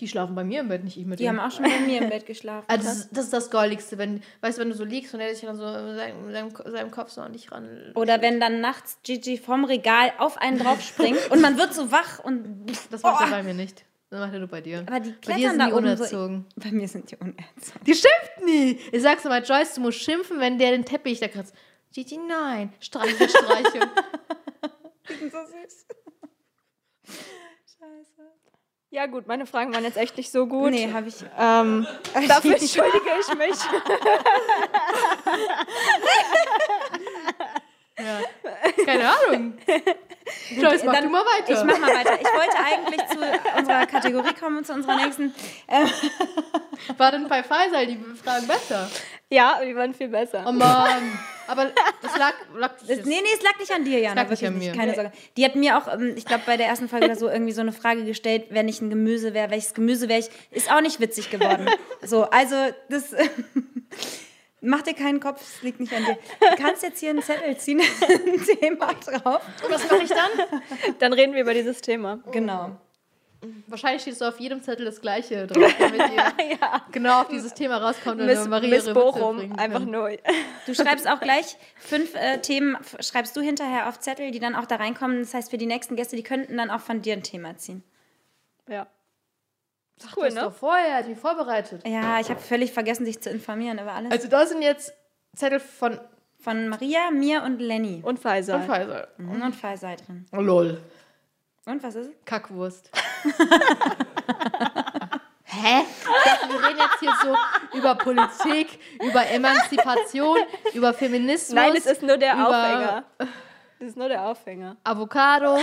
Die schlafen bei mir im Bett, nicht ich mit Die denen. haben auch schon bei mir im Bett geschlafen. Ah, das, ist- das ist das Goldigste, wenn, weißt du, wenn du so liegst und er sich dann so mit seinem, mit seinem, seinem Kopf so an dich ran. Oder wenn dann nachts Gigi vom Regal auf einen draufspringt und man wird so wach und. Das macht Oh. er bei mir nicht. Das macht er nur bei dir. Aber die bei dir klettern sind da die oben so- unerzogen. Bei mir sind die unerzogen. Die schimpft nie. Ich sag's immer, Joyce, du musst schimpfen, wenn der den Teppich da kratzt. Gigi, nein. Streichel, streichel. so süß. Ja, gut, meine Fragen waren jetzt echt nicht so gut. Nee, habe ich. Ähm, dafür entschuldige ich mich. Keine Ahnung. Joyce, mach Dann- du mal weiter. Ich mach mal weiter. Ich wollte eigentlich zu unserer Kategorie kommen, zu unserer nächsten. War denn bei Faisal die Fragen besser? Ja, die waren viel besser. Oh Mann. Aber das lag. lag das Das, nee, nee, es lag nicht an dir, Jana. lag nicht wirklich an mir. Keine Nee. Sorge. Die hat mir auch, ähm, ich glaube, bei der ersten Folge oder so irgendwie so eine Frage gestellt, wenn ich ein Gemüse wäre, welches Gemüse wäre ich, ist auch nicht witzig geworden. So, also das. Mach dir keinen Kopf, es liegt nicht an dir. Du kannst jetzt hier einen Zettel ziehen, ein Thema drauf. Was mache ich dann? Dann reden wir über dieses Thema. Genau. Wahrscheinlich steht so auf jedem Zettel das Gleiche drauf, damit ihr genau auf dieses Thema rauskommt und Miss, dann Maria Miss ihre Witze Bochum, bringen einfach kann. nur. Du schreibst auch gleich fünf äh, Themen, f- schreibst du hinterher auf Zettel, die dann auch da reinkommen. Das heißt, für die nächsten Gäste, die könnten dann auch von dir ein Thema ziehen. Ja. Cool, ne? Doch vorher, hat mich vorbereitet. Ja, ich habe völlig vergessen, dich zu informieren über alles. Also, das sind jetzt Zettel von Von Maria, mir und Lenny. Und Pfizer. von Faisal. Und, und Faisal drin. Oh, lol. Und was ist es? Kackwurst. Hä? Ich dachte, wir reden jetzt hier so über Politik, über Emanzipation, über Feminismus. Nein, es ist nur der über- Aufhänger. Es ist nur der Aufhänger. Avocado.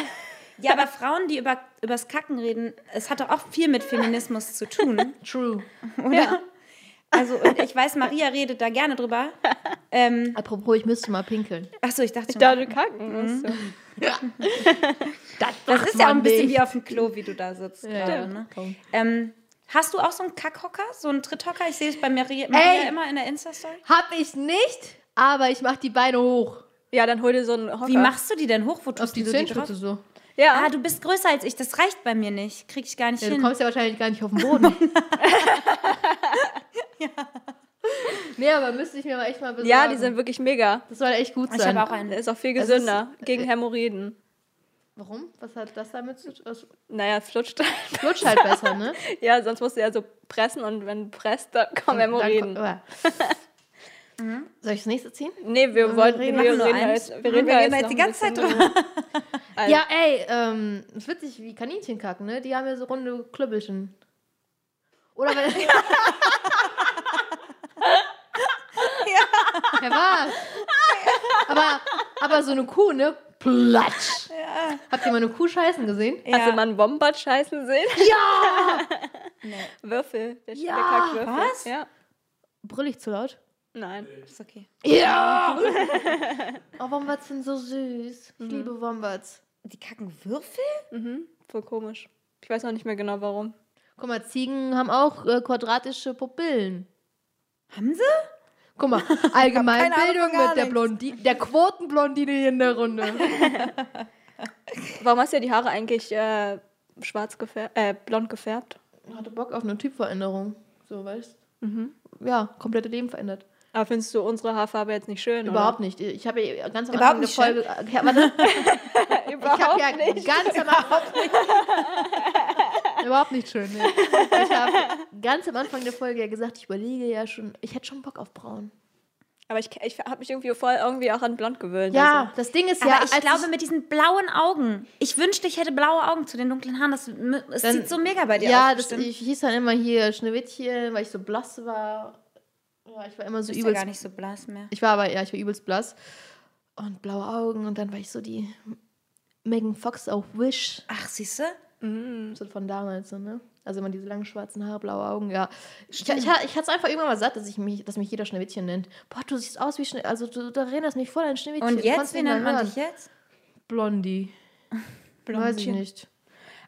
Ja, aber Frauen, die über, übers Kacken reden, es hat doch auch viel mit Feminismus zu tun. True. Also, und ich weiß, Maria redet da gerne drüber. Ähm, Apropos, ich müsste mal pinkeln. achso, ich dachte schon. Da du kacken musst. du. das ist ja auch man ein bisschen nicht. wie auf dem Klo, wie du da sitzt. gerade, ne? Komm. Ähm, hast du auch so einen Kackhocker, so einen Tritthocker? Ich sehe es bei Maria, Ey! Maria immer in der Insta-Story. Hab ich nicht, aber ich mach die Beine hoch. Ja, dann hol dir so einen Hocker. Wie machst du die denn hoch? Wo Auf tust die du die drauf? Zehnstöße so. Ja, Ah, du bist größer als ich. Das reicht bei mir nicht. Krieg ich gar nicht Ja, du hin. kommst ja wahrscheinlich gar nicht auf den Boden. Nee, aber müsste ich mir mal echt mal besorgen. Ja, die sind wirklich mega. Das soll echt gut Ich sein. habe auch einen. Ist auch viel Es gesünder gegen Hämorrhoiden. Warum? Was hat das damit zu tun? Es Naja, flutscht. Flutscht halt besser, ne? ja, sonst musst du ja so pressen und wenn du presst, dann kommen Hämorrhoiden. Dann- uah. Soll ich das nächste ziehen? Nee, wir wollten, wir reden- reden nur ja eins. jetzt, Wir wir reden ja reden jetzt jetzt die noch ein ganze Zeit bisschen drüber. Also, Ja, ey, ähm, ist witzig wie Kaninchen ne? Die haben ja so runde Klüppelchen. Oder wenn. ja. Wer war's? Aber, aber so eine Kuh, ne? Platsch! Habt ihr mal eine Kuh scheißen gesehen? Hast du mal einen Wombat scheißen sehen? Ja! Würfel. Der, Ja, der kackt Würfel. was? Ja. Brüll ich zu laut? Nein. Ist okay. Ja! Mhm. oh, Wombats sind so süß. Ich liebe Wombats. Die kacken Würfel? Mhm. Voll komisch. Ich weiß auch nicht mehr genau warum. Guck mal, Ziegen haben auch äh, quadratische Pupillen. Haben sie? Guck mal, allgemein Ich hab keine Bildung Ahnung von mit der gar Blondine, der Quotenblondine hier in der Runde. Warum hast du ja die Haare eigentlich äh, schwarz gefärbt, äh, blond gefärbt? Hatte Bock auf eine Typveränderung, so weißt. Mhm. Ja, komplette Leben verändert. Aber findest du unsere Haarfarbe jetzt nicht schön? Überhaupt nicht. Ich habe ja ganz am Überhaupt Anfang der Folge. nicht Ja, warte, nicht. ich habe Überhaupt ja nicht. ganz am Anfang. Überhaupt nicht schön. Nee. Ich habe ganz am Anfang der Folge ja gesagt, ich überlege ja schon, ich hätte schon Bock auf Braun. Aber ich, ich habe mich irgendwie voll irgendwie auch an blond gewöhnt. also. Ja, Also, das Ding ist Aber ja, ich als glaube, mit diesen blauen Augen. Ich wünschte, ich hätte blaue Augen zu den dunklen Haaren. Das, m- es Dann- sieht so mega bei dir ja, aus. das, bestimmt. ich hieß dann immer hier Schneewittchen, weil ich so blass war. Ja, ich war immer so Du bist ja übelst gar nicht so blass mehr. Ich war aber, ja, ich war übelst blass. Und blaue Augen und dann war ich so die Megan Fox auf Wish. Ach, siehst du? So von damals, so, ne? Also immer diese langen schwarzen Haare, blaue Augen, ja. Ich, ich, ich hatte es einfach irgendwann mal satt, dass, ich mich, dass mich jeder Schneewittchen nennt. Boah, du siehst aus wie Schne Also du, du erinnerst mich voll an Schneewittchen. Und Du jetzt, konntest wie nicht nennt mal man hören. dich jetzt? Blondie. Weiß ich nicht.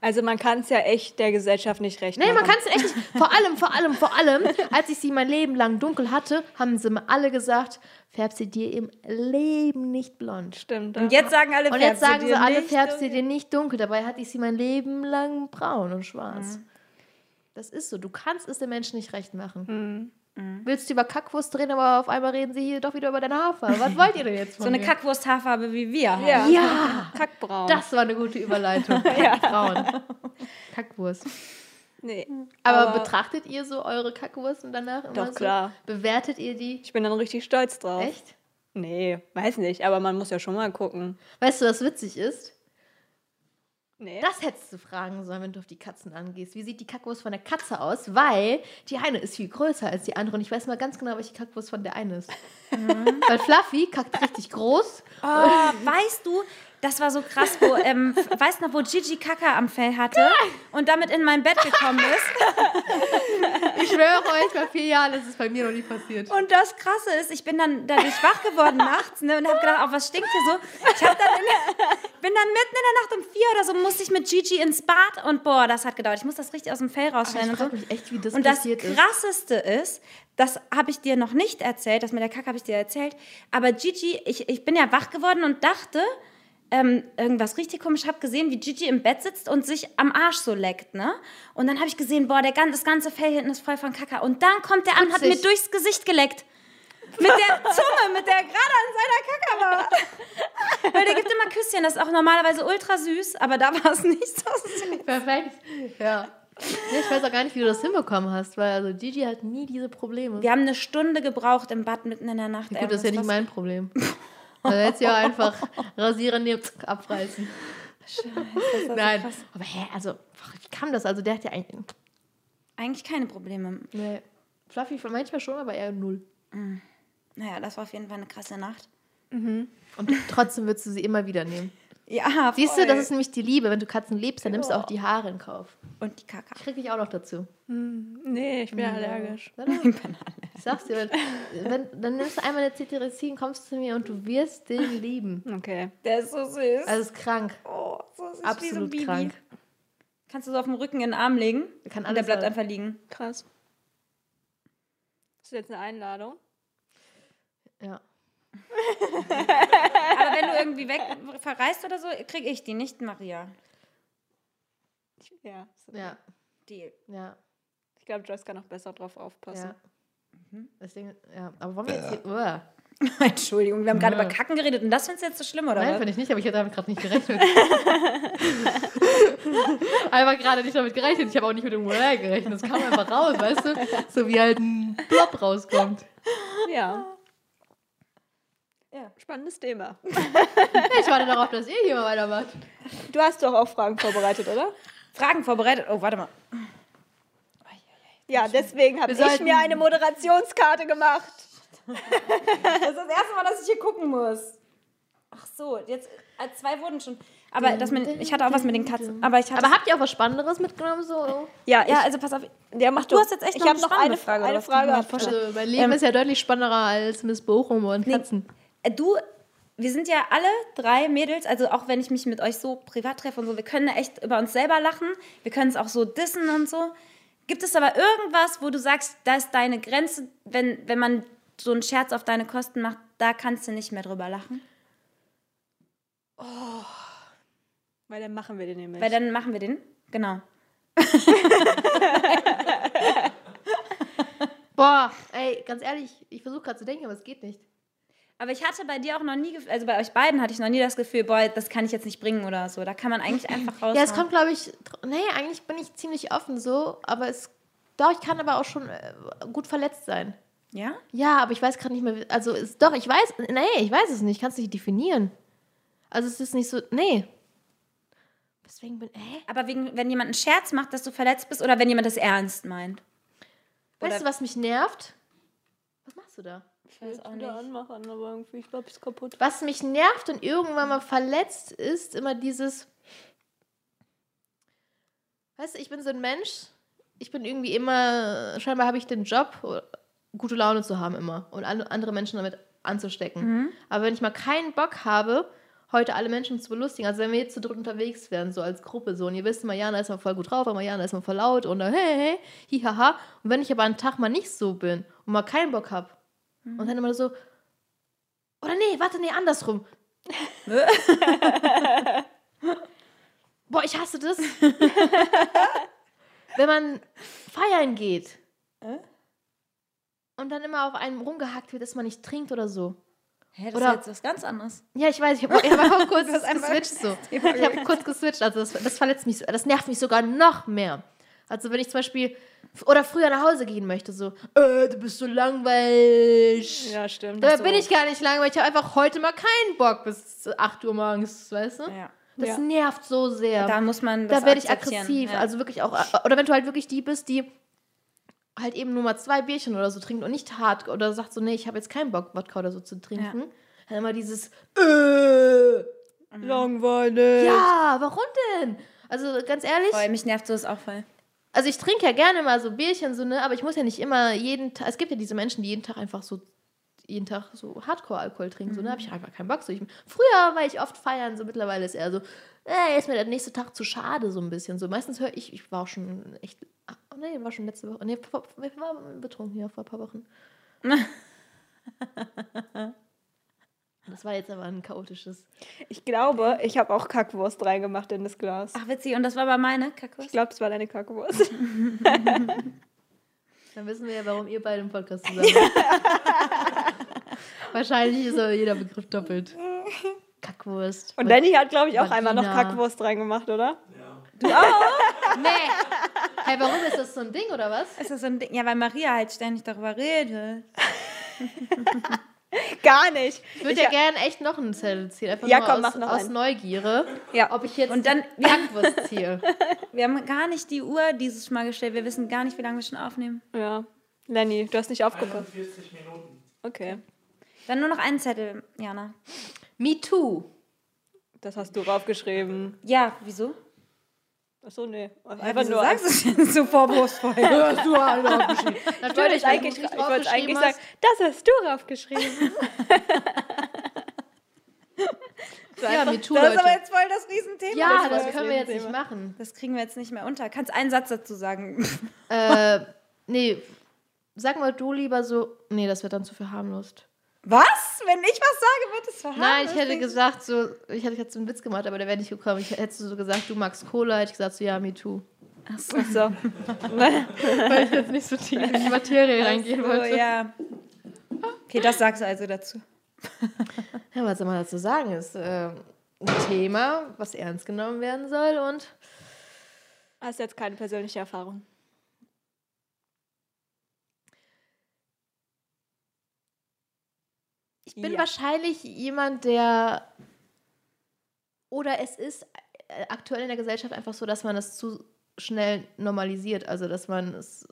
Also man kann es ja echt der Gesellschaft nicht recht Nee, machen. man kann es echt nicht. Vor allem, vor allem, vor allem, als ich sie mein Leben lang dunkel hatte, haben sie mir alle gesagt, färb sie dir im Leben nicht blond. Stimmt. Und ja. jetzt sagen alle, Und jetzt färbst du sagen dir sie alle, nicht färbst du dunkel? dir nicht dunkel. Dabei hatte ich sie mein Leben lang braun und schwarz. Mhm. Das ist so. Du kannst es dem Menschen nicht recht machen. Mhm. Willst du über Kackwurst reden, aber auf einmal reden sie hier doch wieder über deine Haarfarbe. Was wollt ihr denn jetzt von So eine mir? Kackwurst-Haarfarbe wie wir. haben. Ja. Ja, Kackbraun. das war eine gute Überleitung. Kackbraun. Kackwurst. Nee. Aber, Aber- betrachtet ihr so eure Kackwursten danach immer Doch, so? klar. Bewertet ihr die? Ich bin dann richtig stolz drauf. Echt? Nee, weiß nicht. Aber man muss ja schon mal gucken. Weißt du, was witzig ist? Nee. Das hättest du fragen sollen, wenn du auf die Katzen angehst. Wie sieht die Kackwurst von der Katze aus? Weil die eine ist viel größer als die andere und ich weiß mal ganz genau, welche Kackwurst von der einen ist. Mhm. Weil Fluffy kackt richtig groß. Oh, weißt du, das war so krass, wo, ähm, f- weißt du noch, wo Gigi Kaka am Fell hatte und damit in mein Bett gekommen ist. Ich schwöre euch, vor vier Jahren ist es bei mir noch nie passiert. Und das Krasse ist, ich bin dann dadurch wach geworden nachts ne, und habe gedacht, oh, was stinkt hier so? Ich hab dann in der, bin dann mitten in der Nacht um vier oder so, musste ich mit Gigi ins Bad und boah, das hat gedauert. Ich muss das richtig aus dem Fell Ich rausschneiden und so. frage mich echt, wie das Und das passiert ist. Krasseste ist, das habe ich dir noch nicht erzählt, das mit der Kacke habe ich dir erzählt, aber Gigi, ich, ich bin ja wach geworden und dachte, ähm, irgendwas richtig komisch, habe gesehen, wie Gigi im Bett sitzt und sich am Arsch so leckt, ne? Und dann habe ich gesehen, boah, der, gan- das ganze Fell hinten ist voll von Kacke. Und dann kommt der an und hat mir Putzig. durchs Gesicht geleckt. Mit der Zunge, mit der er gerade an seiner Kacke war. Weil der gibt immer Küsschen, das ist auch normalerweise ultra süß, aber da war es nicht so süß. Perfekt. Ja. Nee, Ich weiß auch gar nicht, wie du das hinbekommen hast, weil also Gigi hat nie diese Probleme. Wir haben eine Stunde gebraucht im Bad mitten in der Nacht. ey, Gut, das ist und ja nicht war's- mein Problem. Da hättest du ja einfach rasieren, nehmen, zack, abreißen. Nein, aber hä, also, ach, wie kam das? Also, der hat ja eigentlich. Eigentlich keine Probleme. Nee. Fluffy von manchmal schon, aber eher null. Naja, das war auf jeden Fall eine krasse Nacht. Und trotzdem würdest du sie immer wieder nehmen. Ja, Siehst du, das ist nämlich die Liebe. Wenn du Katzen liebst, dann nimmst du auch die Haare in Kauf. Und die Kaka. Krieg ich auch noch dazu. Nee, ich bin Mhm. allergisch. Ich sag's dir, wenn, wenn, dann nimmst du einmal eine Cetirizin, kommst zu mir und du wirst den lieben. Okay. Der ist so süß. Also, ist krank. oh, so süß Absolut krank. Kannst du so auf dem Rücken in den Arm legen Kann und der alles bleibt sein. einfach liegen. Krass. Ist das jetzt eine Einladung? Ja. Aber wenn du irgendwie weg verreist oder so, krieg ich die, nicht Maria. Ja. Ja. Deal. Ja. Ich glaube, Joyce kann auch besser drauf aufpassen. ja. Deswegen, ja. Aber wollen wir jetzt Äh. hier. Uah. Entschuldigung, wir haben gerade Ja. über Kacken geredet und das findest du jetzt so schlimm, oder? Nein, was? finde ich nicht, aber ich hätte damit gerade nicht gerechnet. einfach gerade nicht damit gerechnet. Ich habe auch nicht mit dem Word gerechnet. Das kam einfach raus, weißt du? So wie halt ein Blob rauskommt. Ja. Ja. Spannendes Thema. Ich warte darauf, dass ihr hier mal weitermacht. Du hast doch auch Fragen vorbereitet, oder? Fragen vorbereitet. Oh, warte mal. Ja, deswegen habe Wir ich sollten- mir eine Moderationskarte gemacht. Das ist das erste Mal, dass ich hier gucken muss. Ach so, jetzt äh, zwei wurden schon. Aber dass man, ich hatte auch was mit den Katzen. Aber ich hatte. Aber habt ihr auch was Spannenderes mitgenommen? So? Ja, ja, also pass auf. der macht Du doch- hast jetzt echt ich noch hab eine noch spannende eine Frage. Eine Frage, oder was? Kann ich mir Frage halt vorstellen. Also, mein Leben Ähm, ist ja deutlich spannender als Miss Bochum und Katzen. Äh, Du, wir sind ja alle drei Mädels, also auch wenn ich mich mit euch so privat treffe und so, wir können echt über uns selber lachen, wir können es auch so dissen und so. Gibt es aber irgendwas, wo du sagst, da ist deine Grenze, wenn, wenn man so einen Scherz auf deine Kosten macht, da kannst du nicht mehr drüber lachen? Also, Weil dann machen wir den nämlich. Weil dann machen wir den. Genau. Boah, ey, ganz ehrlich, ich versuche gerade zu denken, aber es geht nicht. Aber ich hatte bei dir auch noch nie, gef- also bei euch beiden hatte ich noch nie das Gefühl, boah, das kann ich jetzt nicht bringen oder so. Da kann man eigentlich einfach raus. Ja, es kommt, glaube ich. dr- Nee, eigentlich bin ich ziemlich offen so, aber es. Doch, ich kann aber auch schon äh, gut verletzt sein. Ja? Ja, aber ich weiß gerade nicht mehr. wie- Also, ist, doch, ich weiß. Nee, ich weiß es nicht. Kannst nicht definieren. Also, es ist nicht so. Nee. Deswegen bin. Hä? Aber wegen, wenn jemand einen Scherz macht, dass du verletzt bist oder wenn jemand das ernst meint. Weißt Oder- du, was mich nervt? Was machst du da? ich will es wieder anmachen, aber irgendwie, ich glaube, es ist kaputt. Was mich nervt und irgendwann mal verletzt, ist immer dieses. Weißt du, ich bin so ein Mensch. Ich bin irgendwie immer. Scheinbar habe ich den Job, gute Laune zu haben immer und an- andere Menschen damit anzustecken. Aber wenn ich mal keinen Bock habe, heute alle Menschen zu belustigen, also wenn wir jetzt zu dritt unterwegs wären, so als Gruppe, so und ihr wisst, Mariana ist mal voll gut drauf, aber Mariana ist mal voll laut und dann hey, hey, hihaha. Und wenn ich aber einen Tag mal nicht so bin und mal keinen Bock habe und dann immer so, oder nee, warte, nee, andersrum. Boah, ich hasse das. Wenn man feiern geht und dann immer auf einem rumgehackt wird, dass man nicht trinkt oder so. Hä, das Oder- ist jetzt was ganz anderes. Ja, ich weiß, ich habe hab auch kurz Du hast einfach- geswitcht so. Ich habe kurz geswitcht, also das, das verletzt mich, so- das nervt mich sogar noch mehr. Also wenn ich zum Beispiel f- oder früher nach Hause gehen möchte, so, äh, du bist so langweilig. Ja, Äh, stimmt. Dabei So. bin ich gar nicht lang, weil ich habe einfach heute mal keinen Bock bis 8 Uhr morgens, weißt du? Ja. Das Ja. nervt so sehr. Da Da, muss man das werde ich akzeptieren, aggressiv. ja. Also wirklich auch. Oder wenn du halt wirklich die bist, die halt eben nur mal zwei Bierchen oder so trinkt und nicht hart oder sagt so, nee, ich habe jetzt keinen Bock, Wodka oder so zu trinken. Dann immer dieses, äh, Mhm. Langweilig. ja, warum denn? Also ganz ehrlich, Voll, mich nervt sowas auch voll. also ich trinke ja gerne mal so Bierchen, so, ne, aber ich muss ja nicht immer jeden Tag, es gibt ja diese Menschen, die jeden Tag einfach so, jeden Tag so Hardcore-Alkohol trinken, so, ne, habe ich einfach keinen Bock. So, ich, früher war ich oft feiern, so mittlerweile ist eher so, äh, ist mir der nächste Tag zu schade, so ein bisschen, so. Meistens höre ich, ich war auch schon echt, ah, nee, war schon letzte Woche, nee, vor- ich war betrunken hier vor ein paar Wochen. Das war jetzt aber ein chaotisches. Ich glaube, ich habe auch Kackwurst reingemacht in das Glas. Ach, witzig. Und das war bei meine Kackwurst. Ich glaube, das war deine Kackwurst. Dann wissen wir ja, warum ihr beide im Podcast zusammen seid. Wahrscheinlich ist aber jeder Begriff doppelt. Kackwurst. Und Lenny hat, glaube ich, auch Vagina. einmal noch Kackwurst reingemacht, oder? Nee! Hey, warum ist das so ein Ding oder was? Ist das so ein Ding? Ja, weil Maria halt ständig darüber redet. Gar nicht. Ich würde ja gern echt noch einen Zettel ziehen. Einfach Ja, nur komm, aus, mach noch aus einen. Neugierde, Ja. ob ich jetzt Und dann- Kackwurst ziehe. Wir haben gar nicht die Uhr dieses Mal gestellt. Wir wissen gar nicht, wie lange wir schon aufnehmen. ja. Lenny, du hast nicht aufgepasst. 41 Minuten. Okay. Dann nur noch einen Zettel, Jana. Me too. Das hast du raufgeschrieben. Ja, wieso? Achso, nee. Ja, Einfach wieso nur. sagst du es jetzt so vorwurfsvoll? Hast du halt alle aufgeschrieben. Ich wollte es Natürlich, eigentlich, ich wollte es eigentlich sagen, das hast du raufgeschrieben. So Ja, einfach- me too, Das ist aber Leute. jetzt voll das Riesenthema. Ja, das das war können das wir jetzt nicht Thema. machen. Das kriegen wir jetzt nicht mehr unter. Kannst einen Satz dazu sagen? Äh, nee. Sag mal du lieber so. Nee, das wird dann zu verharmlost. Was? Wenn ich was sage, wird es verhandelt. Nein, ich hätte gesagt, so, ich hätte jetzt einen Witz gemacht, aber der wäre nicht gekommen. Ich hätte so gesagt, du magst Cola, hätte ich gesagt, so, ja, me too. Ach so. weil ich jetzt nicht so tief in die Materie reingehen Oh, wollte. ja. Okay, das sagst du also dazu. Ja, was soll man dazu sagen? Ist ähm, ein Thema, was ernst genommen werden soll und Hast jetzt keine persönliche Erfahrung. ich bin Ja. wahrscheinlich jemand, der oder es ist äh, aktuell in der Gesellschaft einfach so, dass man das zu schnell normalisiert, also dass man es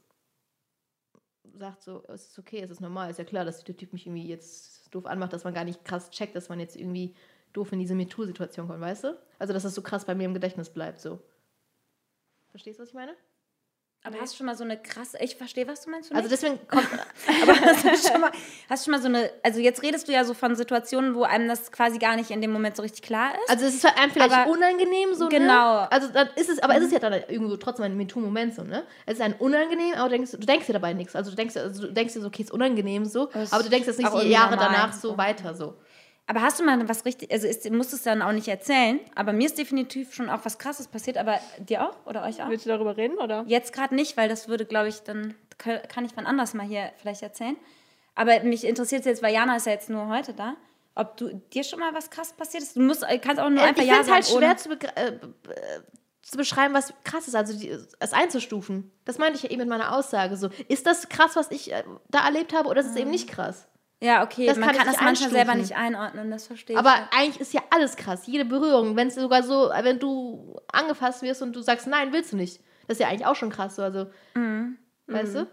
sagt so, es ist okay, es ist normal, ist ja klar, dass der Typ mich irgendwie jetzt doof anmacht, dass man gar nicht krass checkt, dass man jetzt irgendwie doof in diese MeToo-Situation kommt, weißt du? Also, dass das so krass bei mir im Gedächtnis bleibt, so. Verstehst du, was ich meine? Aber hast du schon mal so eine krasse. Ich verstehe, was du meinst. du Also nicht? deswegen kommt hast du schon mal, hast du schon mal so eine. Also jetzt redest du ja so von Situationen, wo einem das quasi gar nicht in dem Moment so richtig klar ist. Also es ist einem vielleicht Aber- unangenehm so, Genau. Mhm. ne? Also dann ist es, aber es ist ja dann irgendwo trotzdem ein MeToo-Moment so, ne? Es ist ein unangenehm, aber du denkst, du denkst dir dabei nichts. Also du denkst, dir- also du denkst dir so, okay, ist unangenehm so, Es aber du denkst jetzt nicht ist die auch Jahre normal, danach so so. weiter so. Aber hast du mal was richtig. Also ist, musst du es dann auch nicht erzählen. Aber mir ist definitiv schon auch was Krasses passiert. Aber dir auch? Oder euch auch? Willst du darüber reden, oder? Jetzt gerade nicht, weil das würde, glaube ich, dann kö- kann ich wann anders mal hier vielleicht erzählen. Aber mich interessiert jetzt, weil Jana ist ja jetzt nur heute da, ob du dir schon mal was krass passiert ist. Du musst, kannst auch nur Äh, einfach ich ja finde es sagen. halt schwer ohne- zu, begre- äh, b- äh, zu beschreiben, was krass ist, also die, es einzustufen. Das meinte ich ja eben mit meiner Aussage so. Ist das krass, was ich äh, da erlebt habe oder ist es Mhm. eben nicht krass? Ja, okay, Das man kann kann, ich das nicht manchmal selber einstufen. nicht einordnen, das verstehe ich. Aber eigentlich ist ja alles krass, jede Berührung. Wenn es sogar so, wenn du angefasst wirst und du sagst, nein, willst du nicht. Das ist ja eigentlich auch schon krass. So. Also, Mhm. Weißt du?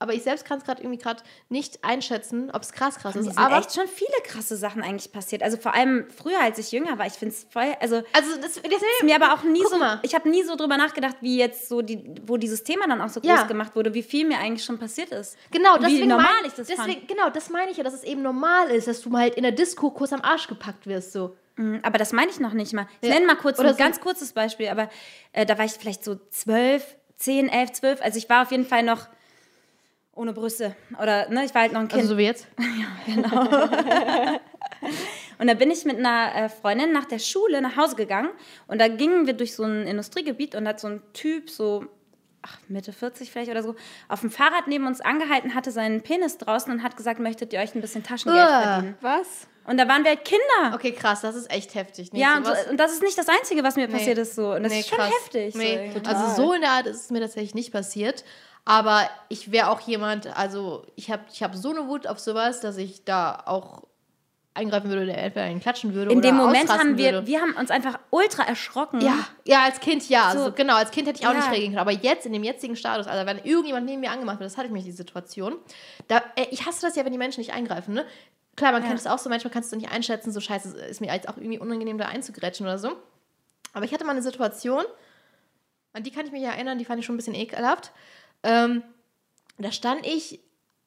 Aber ich selbst kann es gerade irgendwie gerade nicht einschätzen, ob es krass krass Mir ist. sind Aber echt schon viele krasse Sachen eigentlich passiert. Also vor allem früher, als ich jünger war, ich finde es voll, also also das, das, ist mir aber auch nie Guck so, mal. ich habe nie so drüber nachgedacht, wie jetzt so die, wo dieses Thema dann auch so groß Ja. gemacht wurde, wie viel mir eigentlich schon passiert ist. genau Und wie deswegen normal mein- ich das deswegen, fand. genau das meine ich ja, dass es eben normal ist, dass du halt in der Disco kurz am Arsch gepackt wirst so. Mhm, Aber das meine ich noch nicht mal. Ich Ja. nenne mal kurz Oder ein so- ganz kurzes Beispiel, aber äh, da war ich vielleicht so zwölf, zehn, elf, zwölf. Also ich war auf jeden Fall noch ohne Brüste. Oder ne, ich war halt noch ein Kind. Also so wie jetzt. Und da bin ich mit einer äh, Freundin nach der Schule nach Hause gegangen und da gingen wir durch so ein Industriegebiet und da hat so ein Typ, so ach, Mitte 40 vielleicht oder so, auf dem Fahrrad neben uns angehalten, hatte seinen Penis draußen und hat gesagt, möchtet ihr euch ein bisschen Taschengeld Uah. verdienen? Was? Und da waren wir halt Kinder. Okay, krass, das ist echt heftig. Nee, ja, und, sowas- so, und das ist nicht das Einzige, was mir passiert ist so. Und das Nee, ist schon krass. heftig. Nee, So. irgendwie. Also so in der Art ist es mir tatsächlich nicht passiert. Aber ich wäre auch jemand, also ich habe ich hab so eine Wut auf sowas, dass ich da auch eingreifen würde oder entweder einen klatschen würde In oder dem Moment ausrasten haben wir, würde. wir haben uns einfach ultra erschrocken. ja, ja, als Kind ja. So. So. genau, als Kind hätte ich auch nicht Ja. reagieren können. Aber jetzt, in dem jetzigen Status, also wenn irgendjemand neben mir angemacht wird, das hatte ich mich die Situation. Da, äh, ich hasse das ja, wenn die Menschen nicht eingreifen, ne? Klar, man kennt es auch so, manchmal kannst du nicht einschätzen, so scheiße, ist mir jetzt auch irgendwie unangenehm, da einzugrätschen oder so. Aber ich hatte mal eine Situation, an die kann ich mich erinnern, die fand ich schon ein bisschen ekelhaft. Ähm, da stand ich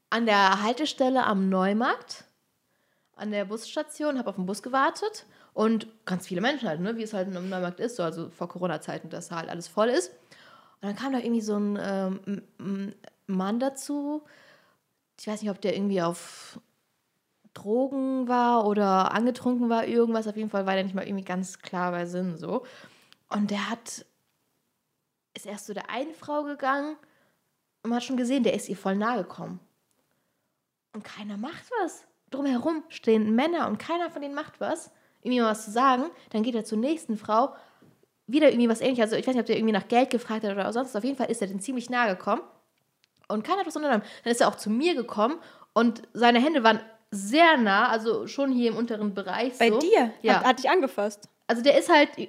an der Haltestelle am Neumarkt, an der Busstation, habe auf den Bus gewartet und ganz viele Menschen halt, ne, wie es halt im Neumarkt ist, so, also vor Corona-Zeiten, dass halt alles voll ist. Und dann kam da irgendwie so ein ähm, m- m- Mann dazu. Ich weiß nicht, ob der irgendwie auf Drogen war oder angetrunken war, irgendwas. Auf jeden Fall war der nicht mal irgendwie ganz klar bei Sinn so. Und der hat ist erst zu der einen Frau gegangen und man hat schon gesehen, der ist ihr voll nahe gekommen. Und keiner macht was. Drumherum stehen Männer und keiner von denen macht was, irgendwie mal was zu sagen. Dann geht er zur nächsten Frau, wieder irgendwie was ähnliches. Also ich weiß nicht, ob der irgendwie nach Geld gefragt hat oder sonst. was. Auf jeden Fall ist er den ziemlich nahe gekommen. Und keiner hat was unternommen. Dann ist er auch zu mir gekommen und seine Hände waren sehr nah, also schon hier im unteren Bereich. Bei so. dir? Ja. Hat, hat dich angefasst. Also der ist halt, äh,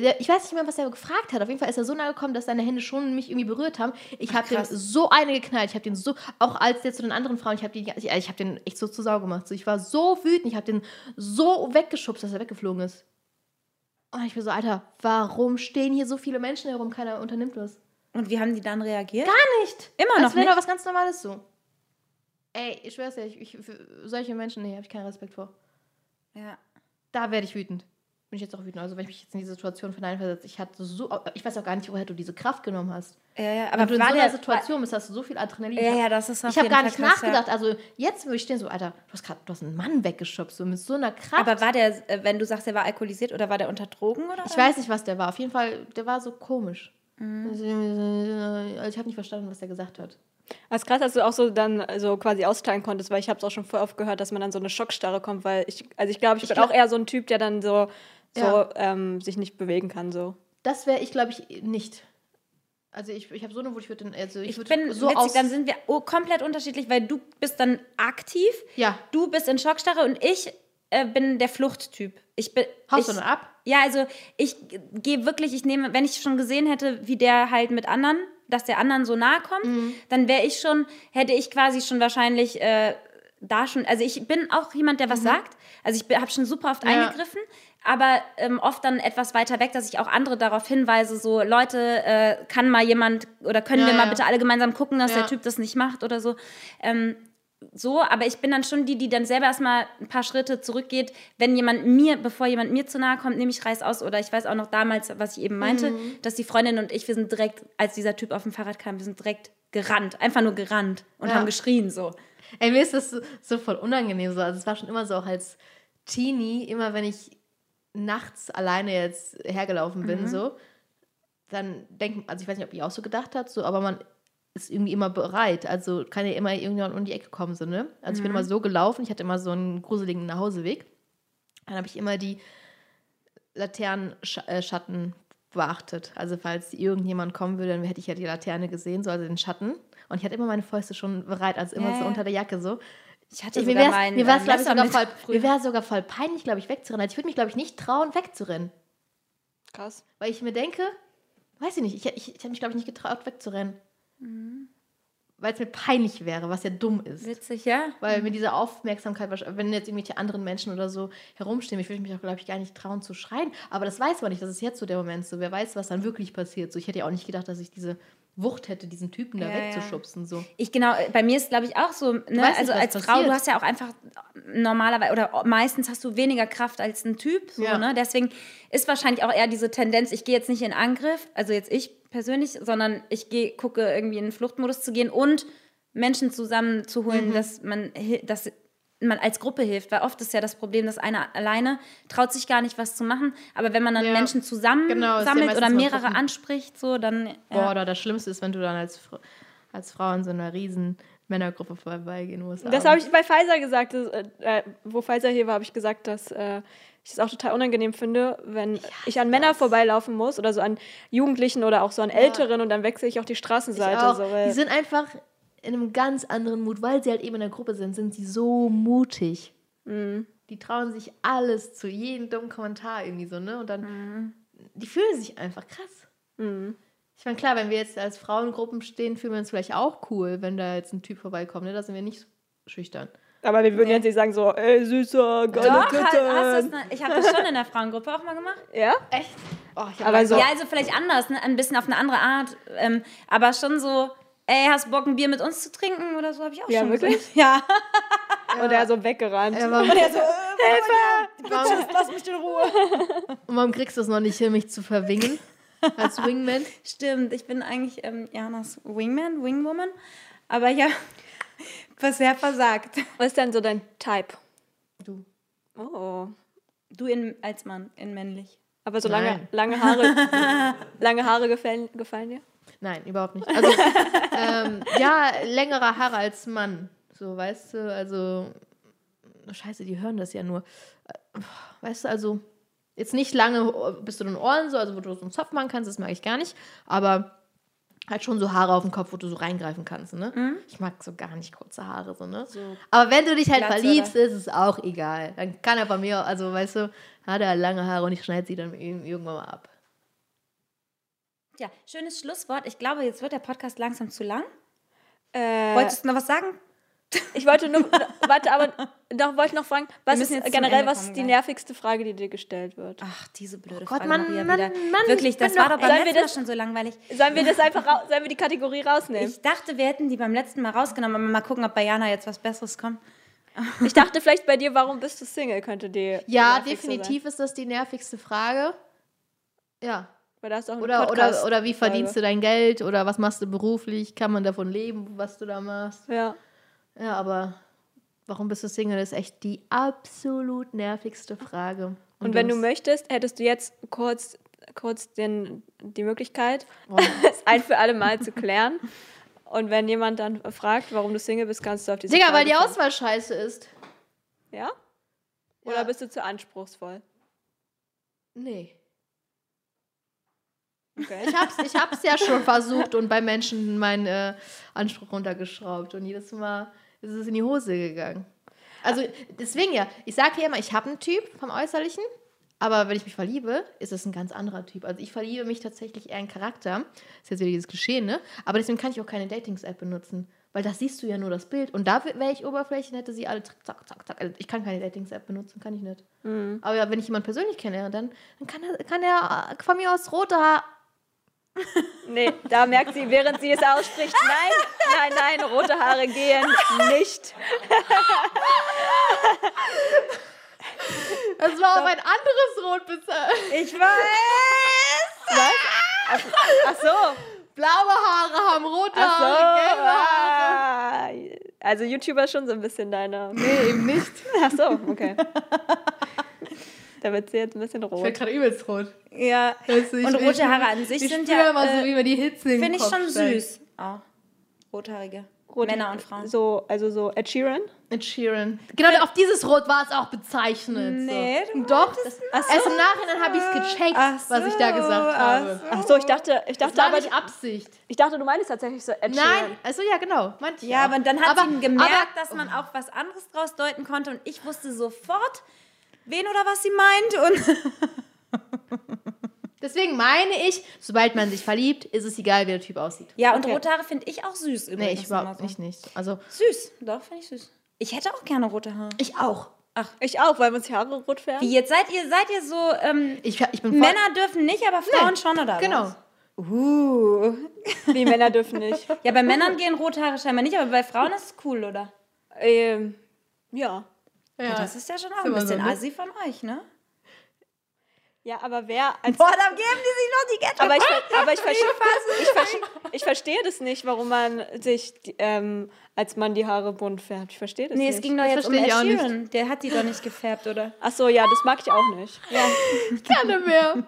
der, ich weiß nicht mehr, was er gefragt hat. Auf jeden Fall ist er so nahe gekommen, dass seine Hände schon mich irgendwie berührt haben. Ich habe dem krass. so eine geknallt. Ich habe den so, auch als der zu den anderen Frauen, ich habe ich, ich hab den echt so zu Sau gemacht. So, ich war so wütend. Ich habe den so weggeschubst, dass er weggeflogen ist. Und ich bin so, Alter, warum stehen hier so viele Menschen herum? Keiner unternimmt was. Und wie haben die dann reagiert? Gar nicht. Immer Als noch wäre nicht? da was ganz Normales so. Ey, ich schwör's dir, ich, ich, für solche Menschen, nee, habe ich keinen Respekt vor. Ja. Da werde ich wütend. Bin ich jetzt auch wütend. Also, wenn ich mich jetzt in die Situation hineinversetze, ich hatte so. Ich weiß auch gar nicht, woher du diese Kraft genommen hast. Ja, ja, Wenn aber du in so war einer der, Situation bist, hast du so viel Adrenalin. War, ja, ja, das ist auf ich habe jeden gar Fall nicht krass, ja. nachgedacht. Also, jetzt würde ich stehen, so, Alter, du hast gerade du hast einen Mann weggeschubst, so mit so einer Kraft. Aber war der, äh, wenn du sagst, er war alkoholisiert oder war der unter Drogen oder? ich weiß nicht, was der war. Auf jeden Fall, der war so komisch. Mhm. Also ich habe nicht verstanden, was er gesagt hat. Das ist krass, dass du auch so dann so quasi austeilen konntest, weil ich habe es auch schon voll oft gehört, dass man dann so eine Schockstarre kommt, weil ich, also ich glaube, ich, bin glaub- auch eher so ein Typ, der dann so, so Ja. ähm, sich nicht bewegen kann. So. Das wäre ich, glaube ich, nicht. Also ich, ich habe so eine Wut, ich würde den- also ich, Ich würd bin so witzig, aus... dann sind wir oh, komplett unterschiedlich, weil du bist dann aktiv, ja, du bist in Schockstarre und ich äh, bin der Fluchttyp. Ich bin haust du ich, dann ab? Ja, also ich gehe wirklich, ich nehme, wenn ich schon gesehen hätte, wie der halt mit anderen, dass der anderen so nahe kommt, Mhm. dann wäre ich schon, hätte ich quasi schon wahrscheinlich äh, da schon, also ich bin auch jemand, der was sagt. Also ich habe schon super oft Mhm. Ja. eingegriffen, aber ähm, oft dann etwas weiter weg, dass ich auch andere darauf hinweise, so Leute, äh, kann mal jemand oder können Ja, wir mal ja. bitte alle gemeinsam gucken, dass Ja. der Typ das nicht macht oder so. Ähm, so, aber ich bin dann schon die, die dann selber erstmal ein paar Schritte zurückgeht, wenn jemand mir, bevor jemand mir zu nahe kommt, nehme ich Reiß aus. Oder ich weiß auch noch damals, was ich eben meinte, Mhm. dass die Freundin und ich, wir sind direkt, als dieser Typ auf dem Fahrrad kam, wir sind direkt gerannt, einfach nur gerannt und Ja. haben geschrien so. Ey, mir ist das so, so voll unangenehm so. Also es war schon immer so, auch als Teenie, immer wenn ich nachts alleine jetzt hergelaufen Mhm. bin, so, dann denken, also ich weiß nicht, ob ihr auch so gedacht habt, so, aber man ist irgendwie immer bereit. Also kann ja immer irgendwann um die Ecke kommen, so, ne? Also Mhm. ich bin immer so gelaufen, ich hatte immer so einen gruseligen Nachhauseweg. Dann habe ich immer die Laternenschatten beachtet. Also falls irgendjemand kommen würde, dann hätte ich ja die Laterne gesehen, so also den Schatten. Und ich hatte immer meine Fäuste schon bereit, also immer Ja, so ja. unter der Jacke so. Ich hatte Ich, Also mir sogar wäre meinen mir wär's, äh, glaub ich, Messer sogar mit voll, mir früher. wär's sogar voll peinlich, glaube ich, wegzurennen. Also ich würde mich, glaube ich, nicht trauen, wegzurennen. Krass. Weil ich mir denke, weiß ich nicht, ich, ich, ich hätte mich, glaube ich, nicht getraut, wegzurennen. Mhm. Weil es mir peinlich wäre, was ja dumm ist. Witzig, ja? Weil mir diese Aufmerksamkeit, wahrsch- wenn jetzt irgendwelche anderen Menschen oder so herumstehen, ich würde mich auch, glaube ich, gar nicht trauen zu schreien. Aber das weiß man nicht. Das ist jetzt so der Moment. So, wer weiß, was dann wirklich passiert. So, ich hätte ja auch nicht gedacht, dass ich diese Wucht hätte, diesen Typen da Ja, ja. wegzuschubsen. So. Ich genau, äh, bei mir ist glaube ich auch so, ne? weißt also nicht, was als Frau, passiert. du hast ja auch einfach normalerweise oder meistens hast du weniger Kraft als ein Typ, so, Ja. ne? Deswegen ist wahrscheinlich auch eher diese Tendenz, ich gehe jetzt nicht in Angriff, also jetzt ich persönlich, sondern ich gehe gucke irgendwie in den Fluchtmodus zu gehen und Menschen Mhm. zusammenzuholen, dass man hi- dass man als Gruppe hilft, weil oft ist ja das Problem, dass einer alleine traut sich gar nicht was zu machen, aber wenn man dann Ja. Menschen zusammen Genau, ist ja sammelt meistens oder mal mehrere Gruppen. anspricht, so dann Boah, ja. oder das Schlimmste ist, wenn du dann als, Fr- als Frau in so einer riesen Männergruppe vorbeigehen musst. Das habe ich bei Pfizer gesagt, das, äh, äh, wo Pfizer hier war, habe ich gesagt, dass äh, ich es auch total unangenehm finde, wenn ich an Männer vorbeilaufen muss oder so an Jugendlichen oder auch so an Älteren und dann wechsle ich auch die Ich Straßenseite. auch. So, die weil, sind einfach in einem ganz anderen Mut, weil sie halt eben in der Gruppe sind, sind sie so mutig. Die trauen sich alles zu, jeden dummen Kommentar irgendwie so, ne? Und dann, die fühlen sich einfach krass. Ich meine, klar, wenn wir jetzt als Frauengruppen stehen, fühlen wir uns vielleicht auch cool, wenn da jetzt ein Typ vorbeikommt, ne? Da sind wir nicht so schüchtern. aber wir würden jetzt nicht sagen so, ey süßer, geile Doch, hast, hast du's Titten. ne, ich habe das schon in der Frauengruppe auch mal gemacht. Ja? Echt? Oh, ich hab Aber so, Ja, also vielleicht anders, ne? ein bisschen auf eine andere Art, ähm, aber schon so, ey, hast du Bock, ein Bier mit uns zu trinken oder so, habe ich auch Ja, schon wirklich? gesagt. Ja, und er so weggerannt. Ja, warum, warum, lass mich in Ruhe. warum kriegst du es noch nicht hin, mich zu verwingen? Als Wingman? Stimmt, ich bin eigentlich ähm, Janas Wingman, Wingwoman, aber ja, was sehr versagt. Was ist denn so dein Type? Du. Oh. Du in, als Mann, in männlich. Aber so Nein. lange, lange Haare, lange Haare gefallen, gefallen dir? Nein, überhaupt nicht. Also, ähm, ja, längere Haare als Mann. So, weißt du, also. Scheiße, die hören das ja nur. Äh, Weißt du, also. Jetzt nicht lange äh, bis zu den Ohren, so, also wo du so einen Zopf machen kannst, das mag ich gar nicht. Aber halt schon so Haare auf dem Kopf, wo du so reingreifen kannst, ne? Ich mag so gar nicht kurze Haare, so, ne? Aber wenn du dich halt Glatze, verliebst, ist es auch egal. Dann kann er bei mir, also, weißt du, hat er lange Haare und ich schneide sie dann ir- irgendwann mal ab. Ja, schönes Schlusswort. Ich glaube, jetzt wird der Podcast langsam zu lang. Äh, Wolltest du noch was sagen? Ich wollte nur, warte, aber noch, wollte noch fragen, was Wir ist müssen jetzt zum generell, Ende was kommen ist die gleich. nervigste Frage, die dir gestellt wird? Ach, diese blöde Gott, Frage, Mann, Maria, Mann, wieder. Mann, Wirklich, ich das bin war doch- doch beim Sollen wir letzten Mal das- schon so langweilig. Sollen wir das einfach, rau- sollen wir die Kategorie rausnehmen? Ich dachte, wir hätten die beim letzten Mal rausgenommen, aber mal gucken, ob bei Jana jetzt was Besseres kommt. Ich, dachte vielleicht bei dir, warum bist du Single, könnte die Ja, nervigste definitiv ist das die nervigste Frage. Ja. Sein. Weil da ist auch eine Oder, oder, Podcast- oder wie verdienst du dein Geld? Oder was machst du beruflich? Kann man davon leben, was du da machst? Ja. Ja, aber warum bist du Single? ist echt die absolut nervigste Frage. Und wenn du das- möchtest, hättest du jetzt kurz kurz den, die Möglichkeit, Boah. es ein für alle Mal zu klären. Und wenn jemand dann fragt, warum du Single bist, kannst du auf diese Digga, weil Frage die kommen. Auswahl scheiße ist. Ja? Oder Ja. bist du zu anspruchsvoll? Nee. Okay. Ich hab's, ich hab's ja schon versucht und bei Menschen meinen äh, Anspruch runtergeschraubt und jedes Mal ist es in die Hose gegangen. Also deswegen ja, ich sage ja immer, ich habe einen Typ vom Äußerlichen, aber wenn ich mich verliebe, ist es ein ganz anderer Typ. Also ich verliebe mich tatsächlich eher in Charakter. Ist jetzt wieder dieses Geschehen, ne? Aber deswegen kann ich auch keine Datings-App benutzen. Weil da siehst du ja nur das Bild. Und da wäre ich Oberflächen, hätte sie alle zack, zack, zack, zack. Also Ich kann keine Datings-App benutzen, kann ich nicht. Hm. Aber ja, wenn ich jemanden persönlich kennenlerne, dann, dann kann er, kann er äh, von mir aus rote Haar Nee, da merkt sie, während sie es ausspricht, nein, nein, nein, rote Haare gehen nicht. Das war auf ein anderes Rot bezahlt. Ich weiß. Was? Ach, ach so. Blaue Haare haben rote Ach so. Haare, gelbe Haare. Ah, Also YouTuber ist schon so ein bisschen deiner. Nee, eben nicht. Ach so, okay. Da wird sie jetzt ein bisschen Ich werd rot. gerade übelst rot. Ja. Weißt du, ich- Und ich- rote Haare an sich ich sind spür ja. immer so, Äh, wie mir die Hitze in den Finde ich Kopf schon steigt. süß. Oh. Auch. Rothaarige. Rote- Männer und Frauen. So, also so Ed Sheeran. Ed Sheeran. Genau, auf dieses Rot war es auch bezeichnet. Äh, Nee, so. du Doch, Ach so. erst im Nachhinein habe ich es gecheckt, Ach so, was ich da gesagt ach habe. so. Ach so, ich dachte, ich Das dachte, war aber, nicht Absicht. ich dachte, du meinst tatsächlich so Ed Sheeran. Nein, also ja, genau. Manche Ja, auch. aber dann hat aber, sie gemerkt, aber- dass man auch was anderes draus deuten konnte und ich wusste sofort, wen oder was sie meint und Deswegen meine ich, sobald man sich verliebt, ist es egal, wie der Typ aussieht. ja und Okay. rote Haare finde ich auch süß übrigens. Nee, ich immer überhaupt so. nicht, nicht. Also, Süß, doch finde ich süß. Ich hätte auch gerne rote Haare. ich auch. Ich auch, weil man sich Haare rot färbt. Wie jetzt seid ihr seid ihr so ähm, Ich, ich bin voll Männer dürfen nicht, aber Frauen schon oder Genau. was? Uh. Die Männer dürfen nicht. Ja, bei Männern gehen rote Haare scheinbar nicht, aber bei Frauen ist es cool, oder? Ähm, ja. Ja. Das ist ja schon auch Ist ein immer so, bisschen ne? assi von euch, ne? Ja, aber wer als Boah, dann geben die sich noch die Gette. aber ich, ver- aber ich, verstehe, ich, verstehe, ich verstehe das nicht, warum man sich, die- ähm, als man die Haare bunt färbt. Ich verstehe das Nee, nicht. es ging doch Das jetzt um verstehe Ed ich auch nicht. Sheeran. Der hat die doch nicht gefärbt, oder? Ach so, ja, das mag ich auch nicht. gerne mehr.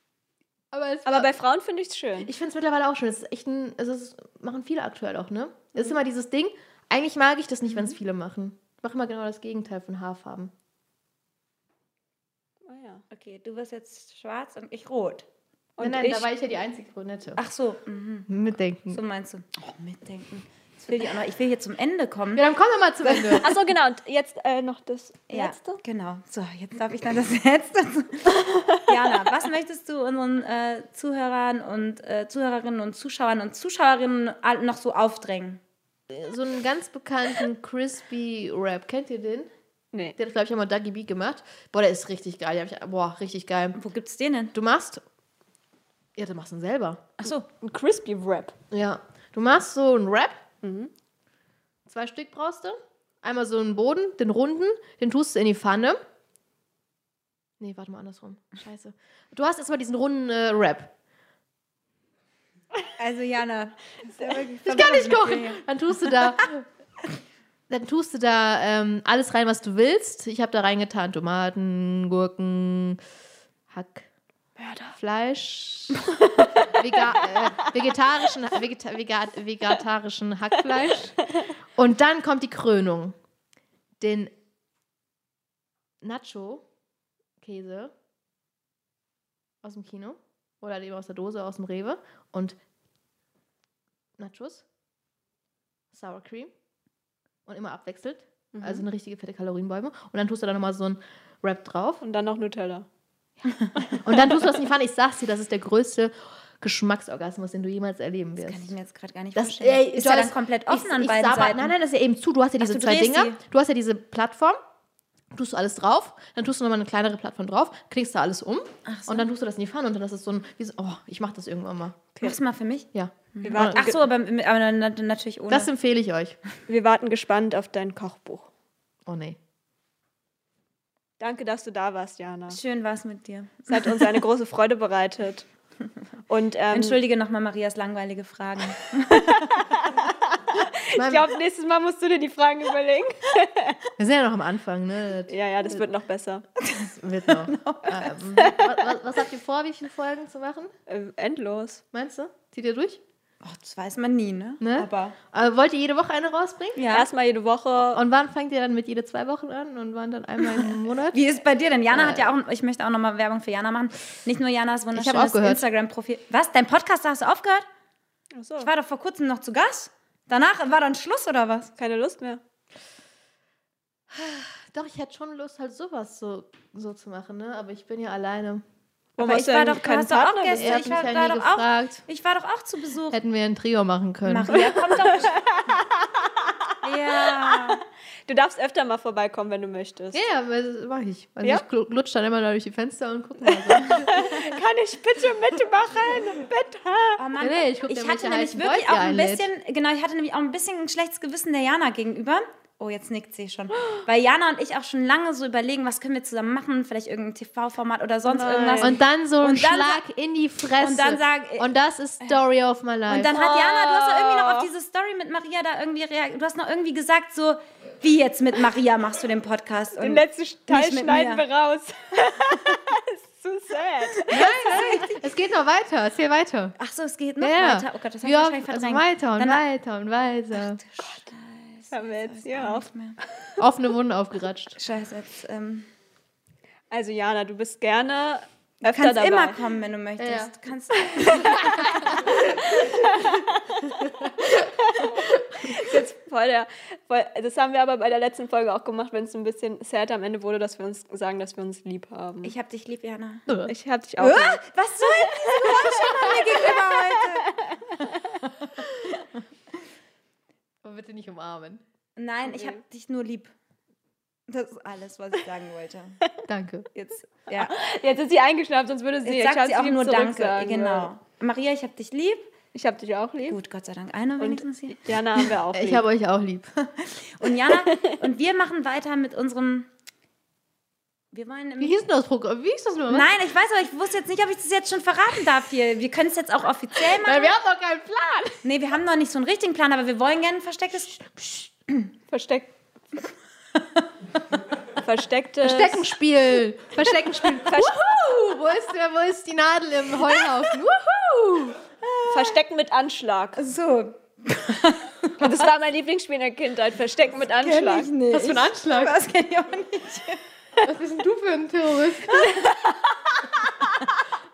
Aber, es Aber bei Frauen finde ich es schön. ich finde es mittlerweile auch schön. Es ist echt ein, es ist, machen viele aktuell auch, ne? Es ist immer dieses Ding, eigentlich mag ich das nicht, wenn es viele machen. Ich mache immer genau das Gegenteil von Haarfarben. Ah, ja. Okay, du wirst jetzt schwarz und ich rot. Und nein, nein, ich, da war ich ja die einzige Brünette. Ach so, mhm. Mitdenken. so meinst du. Oh, mitdenken. Jetzt will ich, auch noch, ich will hier zum Ende kommen. Ja, dann kommen wir mal zum Ende. ach so, genau. Und jetzt äh, noch das letzte. genau. So, jetzt darf ich dann das Letzte. Jana, was möchtest du unseren äh, Zuhörern und äh, Zuhörerinnen und Zuschauern und Zuschauerinnen all- noch so aufdrängen? so einen ganz bekannten Crispy Rap. Kennt ihr den? Nee. Der hat, glaube ich, einmal Dougie B gemacht. Boah, der ist richtig geil. Den Hab ich, boah, richtig geil. Wo gibt's den denn? Du machst. Ja, du machst ihn selber. Ach so. Ein Crispy Wrap. Ja. Du machst so einen Wrap. Zwei Stück brauchst du. Einmal so einen Boden, den runden, den tust du in die Pfanne. Nee, warte mal andersrum. Scheiße. Du hast erstmal diesen runden äh, Wrap. Also Jana. Ich Äh, kann nicht kochen. Dann tust du da. Dann tust du da ähm, alles rein, was du willst. Ich habe da reingetan Tomaten, Gurken, Hack, Fleisch, Vega äh, vegetarischen, vegeta vega vegetarischen Hackfleisch. Und dann kommt die Krönung. Den Nacho-Käse aus dem Kino oder eben aus der Dose, aus dem Rewe und Nachos, Sour Cream und immer abwechselt. Mhm. Mhm. Also eine richtige fette Kalorienbäume. Und dann tust du da nochmal so ein Wrap drauf. Und dann noch Nutella. Und dann tust du das in die Pfanne. Ich sag's dir, das ist der größte Geschmacksorgasmus, den du jemals erleben wirst. Kann ich mir jetzt gerade gar nicht Das vorstellen. ey, ist Joyce, ja dann komplett offen ich, an ich beiden sah aber- Seiten. Nein, nein, das ist ja eben zu. Du hast ja diese du zwei drehst Dinger. sie. Du hast ja diese Plattform. Tust du alles drauf, dann tust du nochmal eine kleinere Plattform drauf, kriegst da alles um und dann tust du das in die Pfanne und dann ist es so ein, wie so, oh, ich mach das irgendwann mal. Mach's mal für mich. Ja. Wir warten, Ach so, aber, aber na- natürlich ohne. Das empfehle ich euch. wir warten gespannt auf dein Kochbuch. Oh nee. Danke, dass du da warst, Jana. Schön war es mit dir. Es hat uns eine große Freude bereitet. Und ähm, Entschuldige nochmal Marias langweilige Fragen. Ich glaube, nächstes Mal musst du dir die Fragen überlegen. wir sind ja noch am Anfang, ne? Ja, ja, das wird noch besser. Das wird noch. ähm, was, was habt ihr vor, wie viele Folgen zu machen? Äh, endlos. Meinst du? Zieht ihr durch? Ach, das weiß man nie, ne? Ne? Aber Aber wollt ihr jede Woche eine rausbringen? ja. Erstmal jede Woche. Und wann fangt ihr dann mit jede zwei Wochen an und wann dann einmal im Monat? Wie ist es bei dir denn? Jana hat ja auch, ich möchte auch nochmal Werbung für Jana machen. Nicht nur Janas wunderschönes aufgehört. Instagram-Profil. Was? Dein Podcast, da hast du aufgehört? Ach so, Ich war doch vor kurzem noch zu Gast. Danach war dann Schluss oder was? keine Lust mehr. Doch, ich hätte schon Lust, halt sowas so, so zu machen, ne? Aber ich bin ja alleine. Warum Aber hast ich du war denn doch- keinen hast du auch Partner? gestern- Ihr habt Ich mich hab- ja nie war doch auch- gefragt. Ich war doch auch zu Besuch. Hätten wir ein Trio machen können. Maria kommt doch. ja. Du darfst öfter mal vorbeikommen, wenn du möchtest. Ja, ja, aber das mach ich. Also Ja? ich glu- glutsch dann immer da durch die Fenster und guck mal so. Kann ich bitte mitmachen? Bitte. Oh Mann, Nee, nee, ich guck dir, hatte welche nämlich heißen wirklich Boys ihr auch ein einlädt. bisschen, genau, ich hatte nämlich auch ein bisschen ein schlechtes Gewissen der Jana gegenüber. Oh, jetzt nickt sie schon. Weil Jana und ich auch schon lange so überlegen, was können wir zusammen machen, vielleicht irgendein TV-Format oder sonst irgendwas. Und dann so ein Und dann Schlag in die Fresse. und dann sag- Und das ist Story of my life. Und dann hat Jana, du hast doch irgendwie noch auf diese Story mit Maria da irgendwie reagiert. Du hast noch irgendwie gesagt, so, wie jetzt mit Maria machst du den Podcast? Den Und letzten Teil nicht mit schneiden mir. wir raus. ist zu sad. es geht noch weiter, erzähl weiter. Ach so, es geht noch Ja. weiter. Oh Gott, das habe ich ja, wahrscheinlich also verdrängt. weiter und Dann- weiter und weiter. Haben wir jetzt hier auf. Offene Wunde aufgeratscht. Scheiße, jetzt ähm, Also Jana, du bist gerne öfter kannst dabei. immer kommen, wenn du möchtest. Ja. Du kannst Voll der, voll, das haben wir aber bei der letzten Folge auch gemacht, wenn es ein bisschen sad am Ende wurde, dass wir uns sagen, dass wir uns lieb haben. Ich hab dich lieb, Jana. Ich hab dich auch. Äh, lieb. was soll denn diese Wortschöner mir gegenüber heute? Aber bitte nicht umarmen. Nein, ich hab dich nur lieb. Das ist alles, was ich sagen wollte. Danke. Jetzt, ja. Jetzt ist sie eingeschnappt, sonst würde sie Jetzt ich hab sagt sie auch lieb nur zurück Danke. sagen, ja. genau. Maria, ich hab dich lieb. Ich hab dich auch lieb. Gut, Gott sei Dank. Einer wenigstens hier. Jana haben wir auch lieb. Ich habe euch auch lieb. Und Jana, und wir machen weiter mit unserem. Wir wollen Wie nämlich. hieß denn das Programm? Wie hieß das nochmal? Nein, ich weiß, aber ich wusste jetzt nicht, ob ich das jetzt schon verraten darf hier. Wir können es jetzt auch offiziell machen. Nein, wir haben doch keinen Plan. Nee, wir haben noch nicht so einen richtigen Plan, aber wir wollen gerne ein verstecktes. Versteck. Verstecktes. Versteckenspiel. Versteckenspiel. Wuhu! Wo ist, der, wo ist die Nadel im Heuhaufen? Wuhu! Verstecken mit Anschlag. So, Also Das war mein Lieblingsspiel in der Kindheit. Verstecken mit Anschlag. nicht. Was für ein Anschlag. Das kenne ich auch nicht. Was bist denn du für ein Terrorist?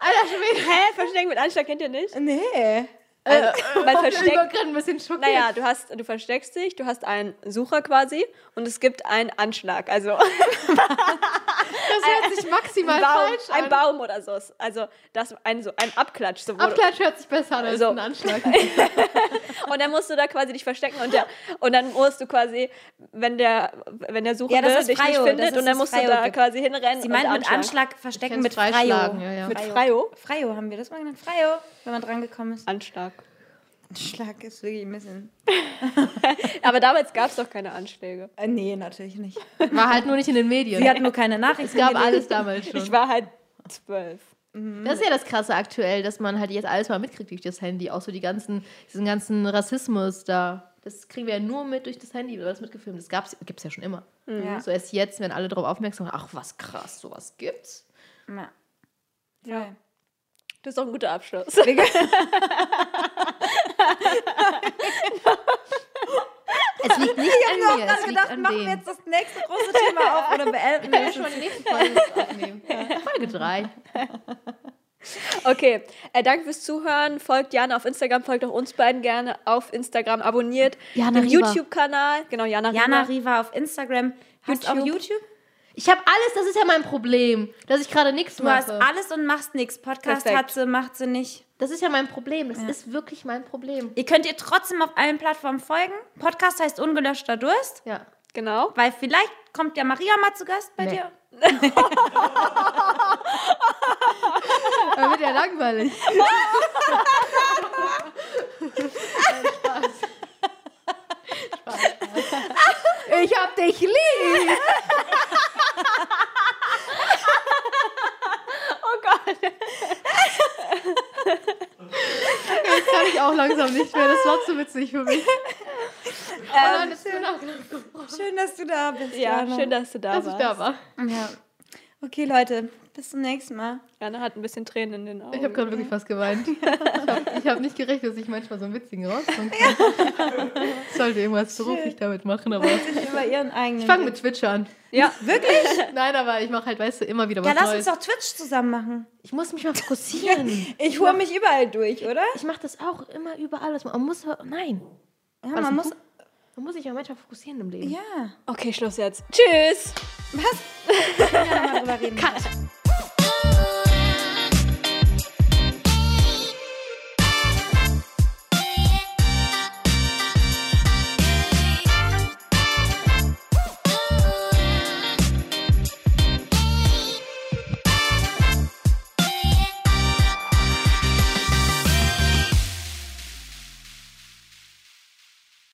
Alter Schwede. Hä? Verstecken mit Anschlag kennt ihr nicht? Nee. Also, man Ich bin versteckt. gerade ein bisschen schockiert. Naja, du hast, du versteckst dich, du hast einen Sucher quasi und es gibt einen Anschlag. Also das hört sich maximal ein Baum, falsch an. ein Baum oder so. Also das ein so ein Abklatsch. So, wo du- Abklatsch hört sich besser an als So. ein Anschlag. Und dann musst du da quasi dich verstecken und, der, und dann musst du quasi, wenn der, wenn der Suchende Ja, das ist dich nicht Freio, das findet ist und dann das musst Freio du da gibt. quasi hinrennen. Sie und meint mit Anschlag verstecken Kennst mit Freio. freischlagen, ja, ja. Mit Freio? Freio haben wir das mal genannt. Freio, wenn man dran gekommen ist. Anschlag. Anschlag ist wirklich ein bisschen. Aber damals gab es doch keine Anschläge. Äh, nee, natürlich nicht. War halt nur nicht in den Medien. Sie hat nur keine Nachrichten. es gab gelesen. alles damals schon. Ich war halt zwölf. Das Mm. ist ja das Krasse aktuell, dass man halt jetzt alles mal mitkriegt durch das Handy. Auch so die ganzen, diesen ganzen Rassismus da. Das kriegen wir ja nur mit durch das Handy, weil das mitgefilmt ist. Das gibt es ja schon immer. Mm, Mhm. Ja. So erst jetzt werden alle darauf aufmerksam. Ach, was krass, sowas gibt's. Ja. Ja. Das ist doch ein guter Abschluss. Es liegt nicht an mir, es liegt gedacht, an machen wir denen. jetzt das nächste große Thema auf oder beenden wir es. schon die nächste Folge aufnehmen. Folge 3. Okay, äh, danke fürs Zuhören. Folgt Jana auf Instagram, folgt auch uns beiden gerne auf Instagram, abonniert Jana den Riva. YouTube-Kanal. Genau, Jana, Jana Riva. Riva auf Instagram. Hast du auch YouTube. YouTube? Ich habe alles, das ist ja mein Problem, dass ich gerade nichts Du hast mache. alles und machst nichts. Podcast Perfekt. hat sie, macht sie nicht. Das ist ja mein Problem, das ist wirklich mein Problem. Ihr könnt ihr trotzdem auf allen Plattformen folgen. Podcast heißt Ungelöschter Durst, Ja. Genau. weil vielleicht kommt ja Maria mal zu Gast bei Nee. Oh dir. Dann wird ja langweilig. Ich hab dich lieb. Oh Gott. Ähm, Das kann ich auch langsam nicht mehr. Das war zu witzig für mich. Ähm, dann bist du nachgelaufen. Schön, dass du da bist. Ja, Jana. schön, dass du da Dass ich warst. da war. Ja. Okay, Leute, bis zum nächsten Mal. Jana hat ein bisschen Tränen in den Augen. Ich habe gerade wirklich fast geweint. Ich habe hab nicht gerechnet, dass ich manchmal so einen witzigen rauskomme. Ich sollte irgendwas beruflich damit machen, aber. Über ihren eigenen. Ich fange mit Twitch an. ja, Nein, aber ich mache halt, weißt du, immer wieder Ja, was lass uns Neues. doch Twitch zusammen machen. Ich muss mich mal fokussieren. Ich hole mich überall durch, oder? Ich mache das auch immer überall. Das- Man muss, nein, Ja, das man ein muss. Buch? man muss sich ja manchmal fokussieren im Leben. Ja. okay, Schluss jetzt. Tschüss. Was? Wir können ja nochmal drüber reden. Cut.